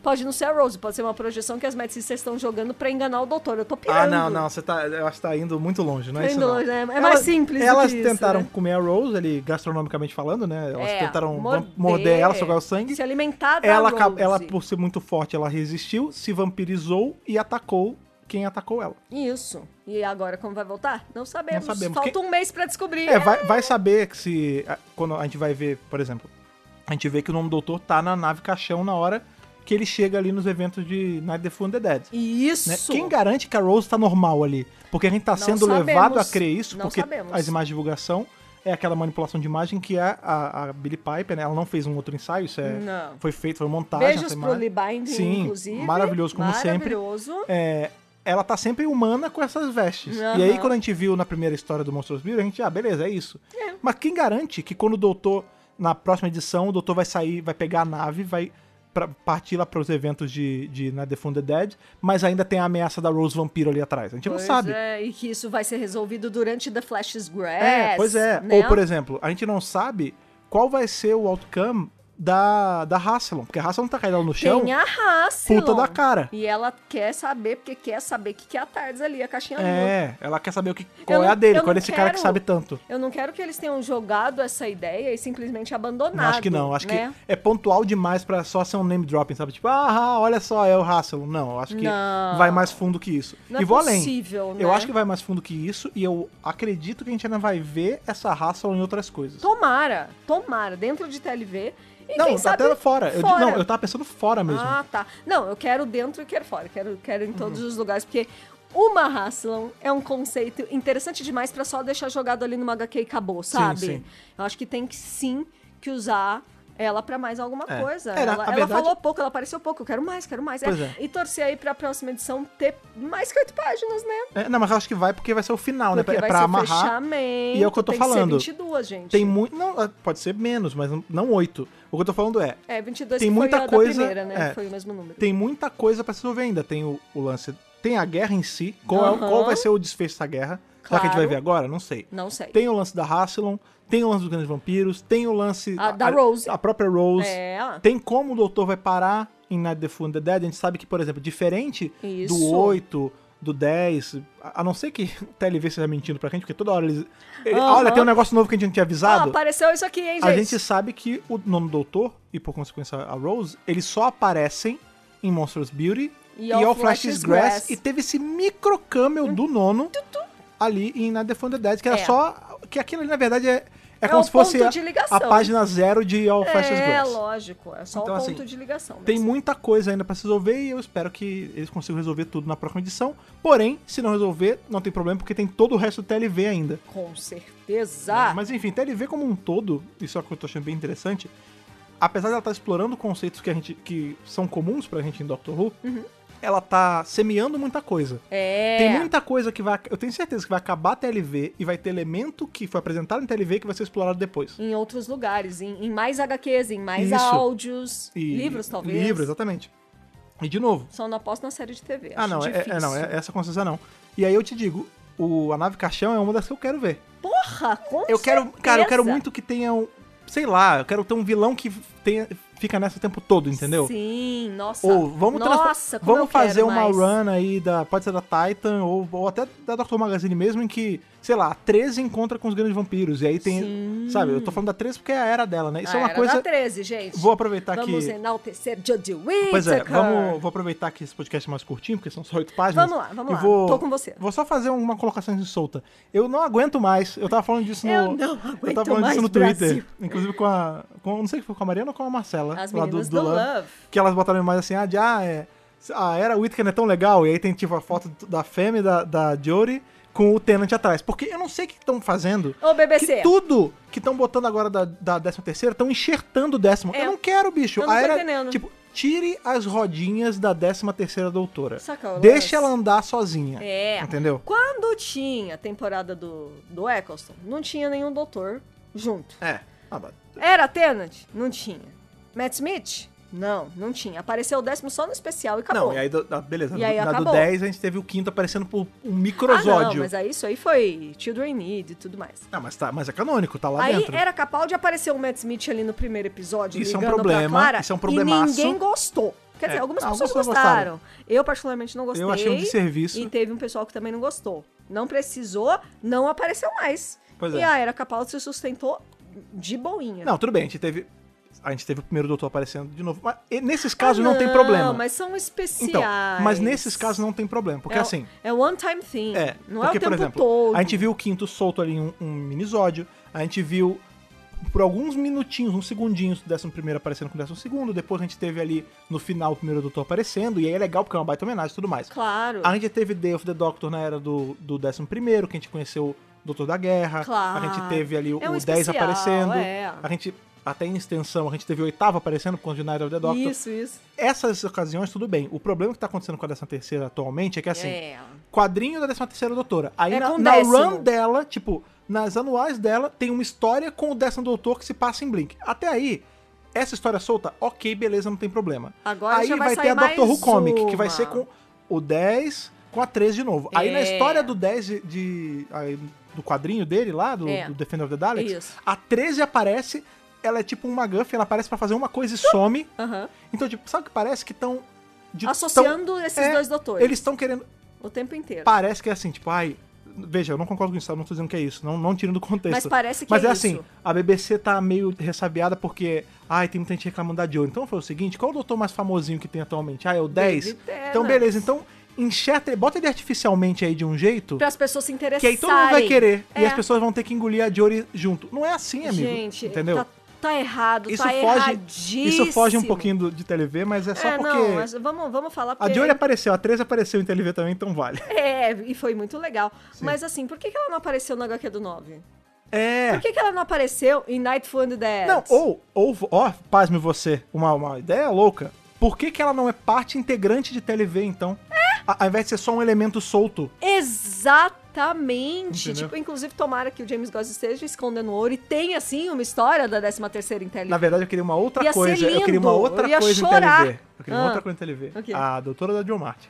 Speaker 2: Pode não ser a Rose, pode ser uma projeção que as Mad Sisters estão jogando pra enganar o doutor. Eu tô pirando.
Speaker 1: Ah, não, não, você tá, eu acho que tá indo muito longe, não é
Speaker 2: Tô
Speaker 1: isso
Speaker 2: indo
Speaker 1: não.
Speaker 2: longe, né? É mais
Speaker 1: Elas-
Speaker 2: simples do
Speaker 1: Elas
Speaker 2: que isso,
Speaker 1: tentaram
Speaker 2: né?
Speaker 1: comer a Rose, ali, gastronomicamente falando, né? Elas
Speaker 2: É,
Speaker 1: tentaram vam- morder ela, sugar o sangue.
Speaker 2: Se alimentar da
Speaker 1: Ela,
Speaker 2: é Rose.
Speaker 1: acab- ela, por ser muito forte, ela resistiu, se vampirizou e atacou quem atacou ela.
Speaker 2: Isso. E agora como vai voltar? Não sabemos.
Speaker 1: Não sabemos.
Speaker 2: Falta
Speaker 1: Quem-
Speaker 2: um mês pra descobrir.
Speaker 1: É, vai, vai saber que se. a- Quando a gente vai ver, por exemplo, a gente vê que o nome do doutor tá na nave caixão na hora que ele chega ali nos eventos de Night of the Fun the Dead.
Speaker 2: Isso.
Speaker 1: né? Quem garante que a Rose tá normal ali? Porque a gente tá sendo
Speaker 2: sabemos.
Speaker 1: levado a crer isso,
Speaker 2: Não
Speaker 1: porque
Speaker 2: sabemos.
Speaker 1: as imagens de divulgação é aquela manipulação de imagem que a, a, a Billy Piper, né? Ela não fez um outro ensaio, isso é,
Speaker 2: Não.
Speaker 1: foi feito, foi montagem.
Speaker 2: Beijos
Speaker 1: essa
Speaker 2: pro
Speaker 1: imagem.
Speaker 2: Lee Binding,
Speaker 1: Sim,
Speaker 2: inclusive.
Speaker 1: maravilhoso, como sempre.
Speaker 2: Maravilhoso.
Speaker 1: É, ela tá sempre humana com essas vestes.
Speaker 2: Aham.
Speaker 1: E aí, quando a gente viu na primeira história do Monstros Beer, a gente, ah, beleza, é isso.
Speaker 2: É.
Speaker 1: Mas quem garante que quando o doutor, na próxima edição, o doutor vai sair, vai pegar a nave, vai pra, partir lá pros eventos de, de na The Fun The Dead, mas ainda tem a ameaça da Rose Vampiro ali atrás? A gente
Speaker 2: Pois
Speaker 1: não sabe.
Speaker 2: é, e que isso vai ser resolvido durante The Flash's Grass.
Speaker 1: É, pois é.
Speaker 2: né?
Speaker 1: Ou, por exemplo, a gente não sabe qual vai ser o outcome da, da Hasselon, porque a Hasselon tá caindo no chão,
Speaker 2: Tem a Hasselon.
Speaker 1: puta da cara.
Speaker 2: E ela quer saber, porque quer saber o que, que é a Tardes ali, a caixinha azul.
Speaker 1: É, ela quer saber o que, qual
Speaker 2: Eu
Speaker 1: é a
Speaker 2: não-
Speaker 1: dele,
Speaker 2: eu
Speaker 1: qual é
Speaker 2: não
Speaker 1: esse cara que
Speaker 2: quero-
Speaker 1: sabe tanto.
Speaker 2: Eu não quero que eles tenham jogado essa ideia e simplesmente abandonado.
Speaker 1: Não, acho que não. Acho
Speaker 2: né?
Speaker 1: que é pontual demais pra só ser um name dropping, sabe? Tipo, ah, olha só, é o Hasselon. Não, acho que
Speaker 2: Não.
Speaker 1: vai mais fundo que isso.
Speaker 2: Não
Speaker 1: e
Speaker 2: é
Speaker 1: vou
Speaker 2: possível,
Speaker 1: além.
Speaker 2: né?
Speaker 1: Eu acho que vai mais fundo que isso e eu acredito que a gente ainda vai ver essa Hasselon em outras coisas.
Speaker 2: Tomara, tomara, dentro de TLV. E
Speaker 1: não,
Speaker 2: quem
Speaker 1: tá
Speaker 2: sabe
Speaker 1: até fora. Eu, di- não, eu tava pensando fora mesmo.
Speaker 2: Ah, tá. Não, eu quero dentro e quero fora. Quero, quero em todos os lugares, porque uma Haslam é um conceito interessante demais pra só deixar jogado ali numa HQ e acabou, sabe?
Speaker 1: sim.
Speaker 2: Eu acho que tem que sim que usar ela pra mais alguma
Speaker 1: É.
Speaker 2: coisa.
Speaker 1: É, na-
Speaker 2: ela
Speaker 1: a
Speaker 2: ela
Speaker 1: verdade-
Speaker 2: falou pouco, ela apareceu pouco. Eu quero mais, quero mais.
Speaker 1: Pois é.
Speaker 2: E torcer aí pra próxima edição ter mais que oito páginas, né?
Speaker 1: É, não, mas eu acho que vai porque vai ser o final, né?
Speaker 2: Porque
Speaker 1: É
Speaker 2: vai
Speaker 1: pra
Speaker 2: ser o
Speaker 1: amarrar.
Speaker 2: fechamento.
Speaker 1: e é o que eu tô
Speaker 2: tem
Speaker 1: falando.
Speaker 2: Que ser 22, gente.
Speaker 1: Tem muito. Não, ah, pode ser menos, mas não- não oito. O que eu tô falando é.
Speaker 2: É, 22
Speaker 1: tem
Speaker 2: que
Speaker 1: muita
Speaker 2: foi a
Speaker 1: coisa-
Speaker 2: da primeira, né?
Speaker 1: é.
Speaker 2: Foi o mesmo número.
Speaker 1: Tem muita coisa pra se resolver ainda. Tem o, o lance. Tem a guerra em si. Qual, é o-
Speaker 2: Aham.
Speaker 1: qual vai ser o desfecho dessa guerra? Será que a gente vai
Speaker 2: Claro.
Speaker 1: ver agora? Não sei.
Speaker 2: Não sei.
Speaker 1: Tem o lance da Hasselon, tem o lance dos grandes vampiros, tem o lance
Speaker 2: A Ah, da Rose.
Speaker 1: a própria Rose.
Speaker 2: É.
Speaker 1: Tem como o doutor vai parar em Night the Food and the Dead. A gente sabe que, por exemplo, diferente do
Speaker 2: Isso.
Speaker 1: 8, do 10, a a não ser que [laughs] o TLV esteja mentindo pra gente, porque toda hora eles. ele-
Speaker 2: Aham. Ah,
Speaker 1: Olha, tem um negócio novo que a gente não tinha
Speaker 2: Ó,
Speaker 1: avisado.
Speaker 2: apareceu é isso aqui, hein, gente?
Speaker 1: a gente sabe que o nome do doutor, e por consequência a Rose, eles só aparecem em Monsters Beauty
Speaker 2: E All
Speaker 1: All
Speaker 2: Flash's Grass. Hum.
Speaker 1: E teve esse micro cameo do nono ali em Na The Fun The Dead, que era
Speaker 2: É.
Speaker 1: só. Que aquilo ali, na verdade, é, é,
Speaker 2: É
Speaker 1: como
Speaker 2: o
Speaker 1: se fosse a,
Speaker 2: ponto de
Speaker 1: a
Speaker 2: ligação.
Speaker 1: página zero de All Flash's
Speaker 2: É,
Speaker 1: Grass.
Speaker 2: lógico. É só
Speaker 1: Então,
Speaker 2: o ponto
Speaker 1: assim,
Speaker 2: de ligação.
Speaker 1: Tem
Speaker 2: mesmo.
Speaker 1: muita coisa ainda pra se resolver e eu espero que eles consigam resolver tudo na próxima edição. Porém, se não resolver, não tem problema, porque tem todo o resto do TLV ainda.
Speaker 2: Com certeza.
Speaker 1: né? Mas enfim, TLV como um todo, isso é o que eu tô achando bem interessante. Apesar de ela estar explorando conceitos que, a gente, que são comuns pra gente em Doctor Who, ela tá semeando muita coisa.
Speaker 2: Uhum. É.
Speaker 1: Tem muita coisa que vai. Eu tenho certeza que vai acabar a TLV e vai ter elemento que foi apresentado em TLV que vai ser explorado depois.
Speaker 2: Em outros lugares, em, em mais HQs, em mais
Speaker 1: Isso.
Speaker 2: áudios,
Speaker 1: E-
Speaker 2: livros talvez.
Speaker 1: Livros, exatamente. E de novo,
Speaker 2: Só não aposto na série de TV.
Speaker 1: Ah,
Speaker 2: acho
Speaker 1: não, é,
Speaker 2: difícil.
Speaker 1: é- não, é- essa consciência não. E aí eu te digo, o, a nave caixão é uma das que eu quero ver.
Speaker 2: Porra, com
Speaker 1: Eu quero, cara, eu quero
Speaker 2: certeza.
Speaker 1: muito que tenha um, sei lá, eu quero ter um vilão que tenha, fica nessa o tempo todo, entendeu?
Speaker 2: Sim, nossa.
Speaker 1: Ou vamos, transfor-
Speaker 2: nossa, como eu
Speaker 1: vamos
Speaker 2: quero
Speaker 1: fazer uma
Speaker 2: mais.
Speaker 1: run aí da, pode ser da Titan ou, ou até da Dr. Magazine mesmo em que, sei lá, a 13 encontra com os grandes vampiros e aí tem,
Speaker 2: Sim.
Speaker 1: sabe, eu tô falando da 13 porque é a era dela, né? Isso
Speaker 2: Ah,
Speaker 1: é uma
Speaker 2: era
Speaker 1: coisa
Speaker 2: da 13, gente.
Speaker 1: Vou aproveitar que
Speaker 2: Vamos enaltecer Jodie Whittaker.
Speaker 1: Pois é, vamos, vou aproveitar que esse podcast é mais curtinho, porque são só oito páginas.
Speaker 2: Vamos lá, vamos
Speaker 1: e
Speaker 2: lá.
Speaker 1: Vou,
Speaker 2: Tô com você.
Speaker 1: Vou só fazer uma colocação solta. Eu não aguento mais. Eu tava falando disso no.
Speaker 2: Eu não aguento
Speaker 1: eu tava falando
Speaker 2: mais,
Speaker 1: disso no Twitter.
Speaker 2: Brasil.
Speaker 1: Inclusive com a. Com, não sei se foi com a Mariana ou com a Marcela.
Speaker 2: As
Speaker 1: lá
Speaker 2: meninas
Speaker 1: do, do,
Speaker 2: do
Speaker 1: Love,
Speaker 2: Love.
Speaker 1: Que elas botaram mais assim, ah, de, ah, é. A era Whitaker não é tão legal. E aí tem tipo a foto da Femme e da, da Jory. com o Tenant atrás. Porque eu não sei o que estão fazendo.
Speaker 2: Ô, BBC.
Speaker 1: Que tudo que estão botando agora da, da 13 terceira estão enxertando o décimo.
Speaker 2: É.
Speaker 1: Eu não quero, bicho.
Speaker 2: Eu não
Speaker 1: a
Speaker 2: tô
Speaker 1: era,
Speaker 2: entendendo.
Speaker 1: Tipo, tire as rodinhas da 13 terceira doutora.
Speaker 2: Saca o lance?
Speaker 1: Deixa ela andar sozinha.
Speaker 2: É.
Speaker 1: Entendeu?
Speaker 2: Quando tinha a temporada do, do Eccleston, não tinha nenhum doutor junto.
Speaker 1: É. Ah, mas-
Speaker 2: Era Tenant? Não tinha. Matt Smith? Não, não tinha. Apareceu o décimo só no especial e acabou.
Speaker 1: Não, e aí, do- da- beleza.
Speaker 2: E
Speaker 1: do-
Speaker 2: aí
Speaker 1: na do
Speaker 2: acabou.
Speaker 1: 10 a gente teve o quinto aparecendo por um
Speaker 2: ah, não,
Speaker 1: microsódio.
Speaker 2: mas aí isso aí foi Children Need e tudo mais.
Speaker 1: Ah, mas, tá, mas é canônico, tá lá
Speaker 2: aí
Speaker 1: dentro.
Speaker 2: era capaz de aparecer o Matt Smith ali no primeiro episódio,
Speaker 1: Isso é um
Speaker 2: ligando pra
Speaker 1: problema,
Speaker 2: Clara,
Speaker 1: isso é um
Speaker 2: e
Speaker 1: problemaço.
Speaker 2: ninguém gostou. Quer dizer,
Speaker 1: É,
Speaker 2: algumas
Speaker 1: algumas
Speaker 2: pessoas
Speaker 1: pessoas
Speaker 2: gostaram. Eu particularmente não gostei.
Speaker 1: Eu achei um desserviço.
Speaker 2: E teve um pessoal que também não gostou. Não precisou, não apareceu mais.
Speaker 1: Pois
Speaker 2: e
Speaker 1: é.
Speaker 2: a Era Capaldi se sustentou de boinha.
Speaker 1: Não, tudo bem, a gente teve. A gente teve o primeiro doutor aparecendo de novo. Mas e- nesses
Speaker 2: Ah,
Speaker 1: casos não, tem problema.
Speaker 2: Não, mas são especiais.
Speaker 1: Então, mas nesses casos não tem problema. Porque
Speaker 2: é,
Speaker 1: assim.
Speaker 2: É one time thing.
Speaker 1: É,
Speaker 2: não
Speaker 1: porque,
Speaker 2: é o tempo
Speaker 1: por exemplo,
Speaker 2: todo.
Speaker 1: a gente viu o quinto solto ali em um, um minisódio, a gente viu por alguns minutinhos, uns segundinhos, o décimo primeiro aparecendo com o décimo segundo, depois a gente teve ali no final o primeiro doutor aparecendo, e aí é legal porque é uma baita homenagem e tudo mais.
Speaker 2: Claro.
Speaker 1: A gente teve Day of the Doctor na era do, do décimo primeiro, que a gente conheceu o Doutor da Guerra,
Speaker 2: Claro.
Speaker 1: a gente teve ali o,
Speaker 2: É um
Speaker 1: o 10
Speaker 2: especial,
Speaker 1: aparecendo,
Speaker 2: é.
Speaker 1: a gente, até em extensão, a gente teve o oitavo aparecendo por conta de Night of the Doctor.
Speaker 2: Isso, isso.
Speaker 1: Essas ocasiões, tudo bem. O problema que tá acontecendo com a décima terceira atualmente é que assim
Speaker 2: é.
Speaker 1: quadrinho da 13 terceira doutora. Aí
Speaker 2: É
Speaker 1: na,
Speaker 2: com
Speaker 1: na
Speaker 2: décimo.
Speaker 1: run dela, tipo, nas anuais dela, tem uma história com o décimo doutor que se passa em Blink. Até aí, essa história solta, ok, beleza, não tem problema.
Speaker 2: Agora
Speaker 1: aí
Speaker 2: já vai
Speaker 1: ter
Speaker 2: sair
Speaker 1: a Doctor Who
Speaker 2: mais
Speaker 1: Comic, que
Speaker 2: uma.
Speaker 1: vai ser com o 10 com a 13 de novo. Aí na
Speaker 2: É.
Speaker 1: história do 10 de, de- aí, do quadrinho dele lá, do,
Speaker 2: É.
Speaker 1: do Defender of the Daleks,
Speaker 2: Isso.
Speaker 1: a 13 aparece, ela é tipo uma MacGuffin, ela aparece pra fazer uma coisa e some.
Speaker 2: Aham.
Speaker 1: Então, tipo, sabe o que parece? Que estão...
Speaker 2: Associando esses
Speaker 1: é,
Speaker 2: dois doutores
Speaker 1: Eles estão querendo
Speaker 2: o tempo inteiro.
Speaker 1: parece que é assim, tipo, ai. Veja, eu não concordo com isso, eu não tô dizendo que é isso, não, não tirando do contexto.
Speaker 2: Mas parece que
Speaker 1: Mas
Speaker 2: é
Speaker 1: é, assim,
Speaker 2: isso.
Speaker 1: a BBC tá meio ressabiada porque, ai, tem muita gente reclamando da Joe. Então foi o seguinte, qual o doutor mais famosinho que tem atualmente? Ah, é o 10?
Speaker 2: David
Speaker 1: Então
Speaker 2: Tennant.
Speaker 1: beleza, então enxerta ele, bota ele artificialmente aí de um jeito,
Speaker 2: Para as pessoas se interessarem.
Speaker 1: que aí todo mundo vai querer. E
Speaker 2: É.
Speaker 1: as pessoas vão ter que engolir a Jory junto. Não é assim, amigo.
Speaker 2: Gente,
Speaker 1: entendeu?
Speaker 2: Tá, tá errado,
Speaker 1: isso,
Speaker 2: tá
Speaker 1: foge, isso foge um
Speaker 2: erradíssimo.
Speaker 1: pouquinho do- de TV, mas é só
Speaker 2: é,
Speaker 1: porque...
Speaker 2: não, mas vamos, vamos falar
Speaker 1: A é
Speaker 2: porque-
Speaker 1: Jory apareceu, a 13 apareceu em TV também, então vale.
Speaker 2: É, e foi muito legal. Mas assim, por que, que ela não apareceu no HQ do 9?
Speaker 1: É.
Speaker 2: Por que, que ela não apareceu em Nightfall and the Dead?
Speaker 1: Não, ou, ou ó, pasme você, uma, uma ideia louca. Por que, que ela não é parte integrante de TLV, então?
Speaker 2: É.
Speaker 1: A- Ao invés de ser só um elemento solto.
Speaker 2: Exatamente.
Speaker 1: Entendeu?
Speaker 2: Tipo, inclusive, tomara que o James Goss esteja escondendo ouro e tem, assim, uma história da 13 terceira
Speaker 1: Na
Speaker 2: inteligência.
Speaker 1: verdade, eu queria uma outra
Speaker 2: Ia ser
Speaker 1: coisa. Eu queria uma
Speaker 2: lindo,
Speaker 1: outra
Speaker 2: eu ia
Speaker 1: coisa
Speaker 2: chorar.
Speaker 1: em TLV. Eu queria
Speaker 2: Ah.
Speaker 1: uma outra coisa em TLV.
Speaker 2: O quê?
Speaker 1: A doutora da John Martin.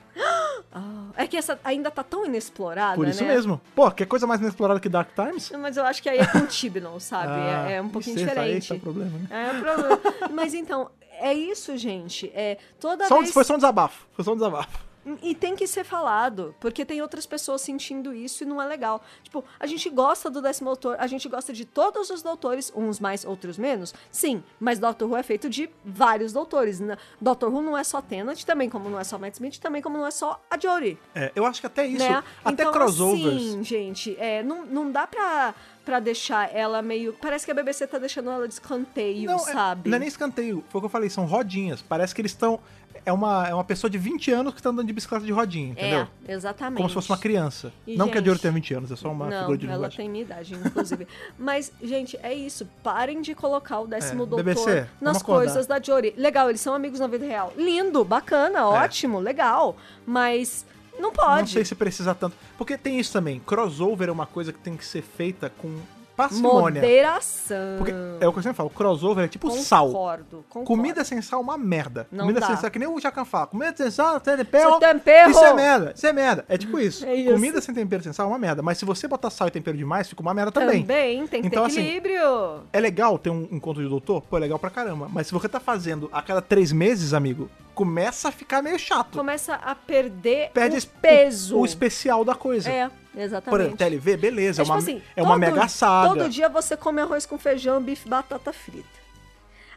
Speaker 2: É que essa ainda tá tão inexplorada,
Speaker 1: Por isso
Speaker 2: né?
Speaker 1: mesmo. Pô, que coisa mais inexplorada que Dark Times?
Speaker 2: Mas eu acho que aí é com o Tibnon, sabe?
Speaker 1: [laughs] Ah,
Speaker 2: é, é um pouquinho
Speaker 1: licença, aí
Speaker 2: diferente.
Speaker 1: tá o problema, né?
Speaker 2: É um problema. Mas então, é isso, gente. É, toda
Speaker 1: Só um-
Speaker 2: vez... Hum,
Speaker 1: foi só um desabafo. Foi só um desabafo.
Speaker 2: E tem que ser falado, porque tem outras pessoas sentindo isso e não é legal. Tipo, a gente gosta do décimo doutor, a gente gosta de todos os doutores, uns mais, outros menos. Sim, mas Doctor Who é feito de vários doutores. né? Doctor Who não é só Tennant, também como não é só Matt Smith, também como não é só a Jodie.
Speaker 1: É, eu acho que até isso,
Speaker 2: Né?
Speaker 1: até
Speaker 2: então,
Speaker 1: crossovers.
Speaker 2: Sim, gente, é, não, não dá pra, pra deixar ela meio. Parece que a BBC tá deixando ela de escanteio,
Speaker 1: Não, é-
Speaker 2: sabe?
Speaker 1: não é nem escanteio, foi o que eu falei, são rodinhas. Parece que eles estão. É uma, é uma pessoa de 20 anos que tá andando de bicicleta de rodinha, entendeu?
Speaker 2: É, exatamente.
Speaker 1: Como se fosse uma criança.
Speaker 2: E,
Speaker 1: não que a
Speaker 2: gente,
Speaker 1: Dioro tenha 20 anos, é só uma
Speaker 2: não,
Speaker 1: figura de
Speaker 2: ela
Speaker 1: linguagem.
Speaker 2: tem minha idade,
Speaker 1: [laughs]
Speaker 2: inclusive. Mas, gente, é isso. Parem de colocar o décimo
Speaker 1: É,
Speaker 2: doutor
Speaker 1: BBC,
Speaker 2: nas
Speaker 1: vamos acordar.
Speaker 2: coisas da Jory. Legal, eles são amigos na vida real. Lindo, bacana, ótimo, legal. Mas não pode.
Speaker 1: É. Não sei se precisa tanto. Porque tem isso também. Crossover é uma coisa que tem que ser feita com parcimônia.
Speaker 2: Moderação.
Speaker 1: Porque é o que eu sempre falo, crossover é tipo
Speaker 2: concordo,
Speaker 1: sal.
Speaker 2: Concordo,
Speaker 1: Comida sem sal é uma merda.
Speaker 2: Não
Speaker 1: Comida
Speaker 2: dá.
Speaker 1: sem sal, é que nem o Jacan fala. Comida sem sal, sem tempero.
Speaker 2: Sem tempero.
Speaker 1: Isso é merda, isso é merda. É tipo isso.
Speaker 2: [laughs] É isso.
Speaker 1: Comida sem tempero, sem sal é uma merda. Mas se você botar sal e tempero demais, fica uma merda
Speaker 2: Também, tem que
Speaker 1: Então,
Speaker 2: ter
Speaker 1: assim,
Speaker 2: equilíbrio.
Speaker 1: É legal ter um encontro de doutor? Pô, é legal pra caramba. Mas se você tá fazendo a cada três meses, amigo, começa a ficar meio chato.
Speaker 2: Começa a perder
Speaker 1: Perde
Speaker 2: o
Speaker 1: es-
Speaker 2: peso.
Speaker 1: O, especial da coisa.
Speaker 2: É,
Speaker 1: Por
Speaker 2: exatamente.
Speaker 1: exemplo, TLV, beleza, é,
Speaker 2: tipo
Speaker 1: uma,
Speaker 2: assim,
Speaker 1: é uma
Speaker 2: todo-
Speaker 1: mega saga.
Speaker 2: Todo dia você come arroz com feijão, bife, batata frita.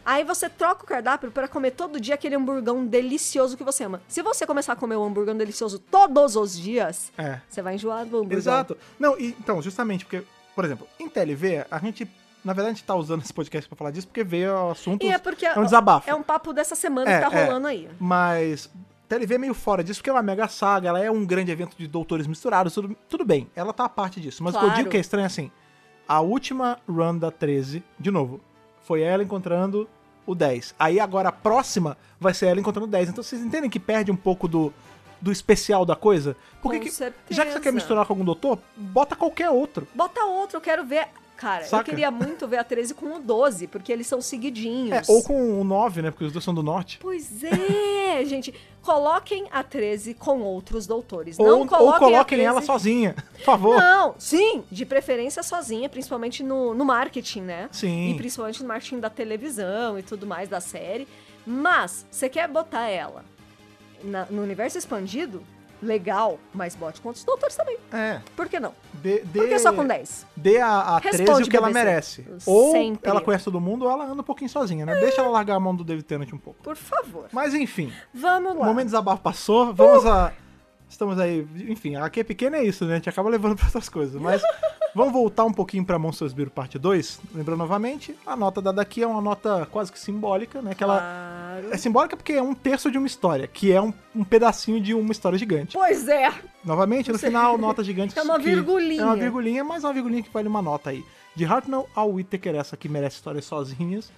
Speaker 2: Aí você troca o cardápio pra comer todo dia aquele hamburgão delicioso que você ama. Se você começar a comer o hamburgão delicioso todos os dias,
Speaker 1: É.
Speaker 2: você vai enjoar do hamburgão.
Speaker 1: Exato. Não, e, então, justamente porque, por exemplo, em TLV, a gente, na verdade, a gente tá usando esse podcast pra falar disso porque veio o assunto.
Speaker 2: E é porque
Speaker 1: é um desabafo.
Speaker 2: é um papo dessa semana
Speaker 1: É,
Speaker 2: que tá
Speaker 1: é.
Speaker 2: rolando aí.
Speaker 1: Mas TLV é meio fora disso, porque é uma mega saga, ela é um grande evento de doutores misturados, tudo, tudo bem, ela tá a parte disso. Mas o que eu
Speaker 2: Claro.
Speaker 1: digo que é estranho é assim: a última run da 13, de novo, foi ela encontrando o 10. Aí agora a próxima vai ser ela encontrando o 10. Então vocês entendem que perde um pouco do, do especial da coisa? Porque
Speaker 2: Com
Speaker 1: que- já que você
Speaker 2: certeza.
Speaker 1: quer misturar com algum doutor, bota qualquer outro.
Speaker 2: Bota outro, eu quero ver. Cara,
Speaker 1: Saca?
Speaker 2: eu queria muito ver a 13 com o 12, porque eles são seguidinhos.
Speaker 1: É, ou com o 9, né? Porque os dois são do norte.
Speaker 2: Pois é, gente. Coloquem a 13 com outros doutores.
Speaker 1: Ou,
Speaker 2: não
Speaker 1: ou
Speaker 2: coloquem, a
Speaker 1: coloquem
Speaker 2: 13
Speaker 1: ela sozinha, por favor.
Speaker 2: Não, sim, de preferência sozinha, principalmente no, no marketing, né?
Speaker 1: Sim.
Speaker 2: E principalmente no marketing da televisão e tudo mais, da série. Mas, você quer botar ela na- no universo expandido? Legal, mas bote com outros doutores também.
Speaker 1: É,
Speaker 2: Por que não?
Speaker 1: dê, dê,
Speaker 2: Por que só com 10?
Speaker 1: dê a, a 13 o que
Speaker 2: Responde,
Speaker 1: ela
Speaker 2: BBC.
Speaker 1: merece. Ou
Speaker 2: Sempre.
Speaker 1: ela conhece todo mundo, ou ela anda um pouquinho sozinha, né? Deixa ela largar a mão do David Tennant um pouco.
Speaker 2: Por favor.
Speaker 1: Mas enfim,
Speaker 2: Vamos
Speaker 1: o
Speaker 2: lá.
Speaker 1: um momento desabafo passou, vamos a... Estamos aí, enfim, a que é pequena é isso, né? A gente acaba levando pra outras coisas,
Speaker 2: [laughs]
Speaker 1: mas vamos voltar um pouquinho pra Monsters Beer Parte 2. Lembrando novamente, a nota dada aqui é uma nota quase que simbólica, né? Que ela
Speaker 2: Claro.
Speaker 1: é simbólica porque é um terço de uma história, que é um, um pedacinho de uma história gigante.
Speaker 2: Pois é.
Speaker 1: Novamente, no
Speaker 2: Você- [laughs]
Speaker 1: final, nota gigante.
Speaker 2: É uma
Speaker 1: que-
Speaker 2: virgulinha.
Speaker 1: É uma virgulinha, mas uma virgulinha que vale uma nota aí. De Hartnell ao Whittaker, essa que merece histórias sozinhas.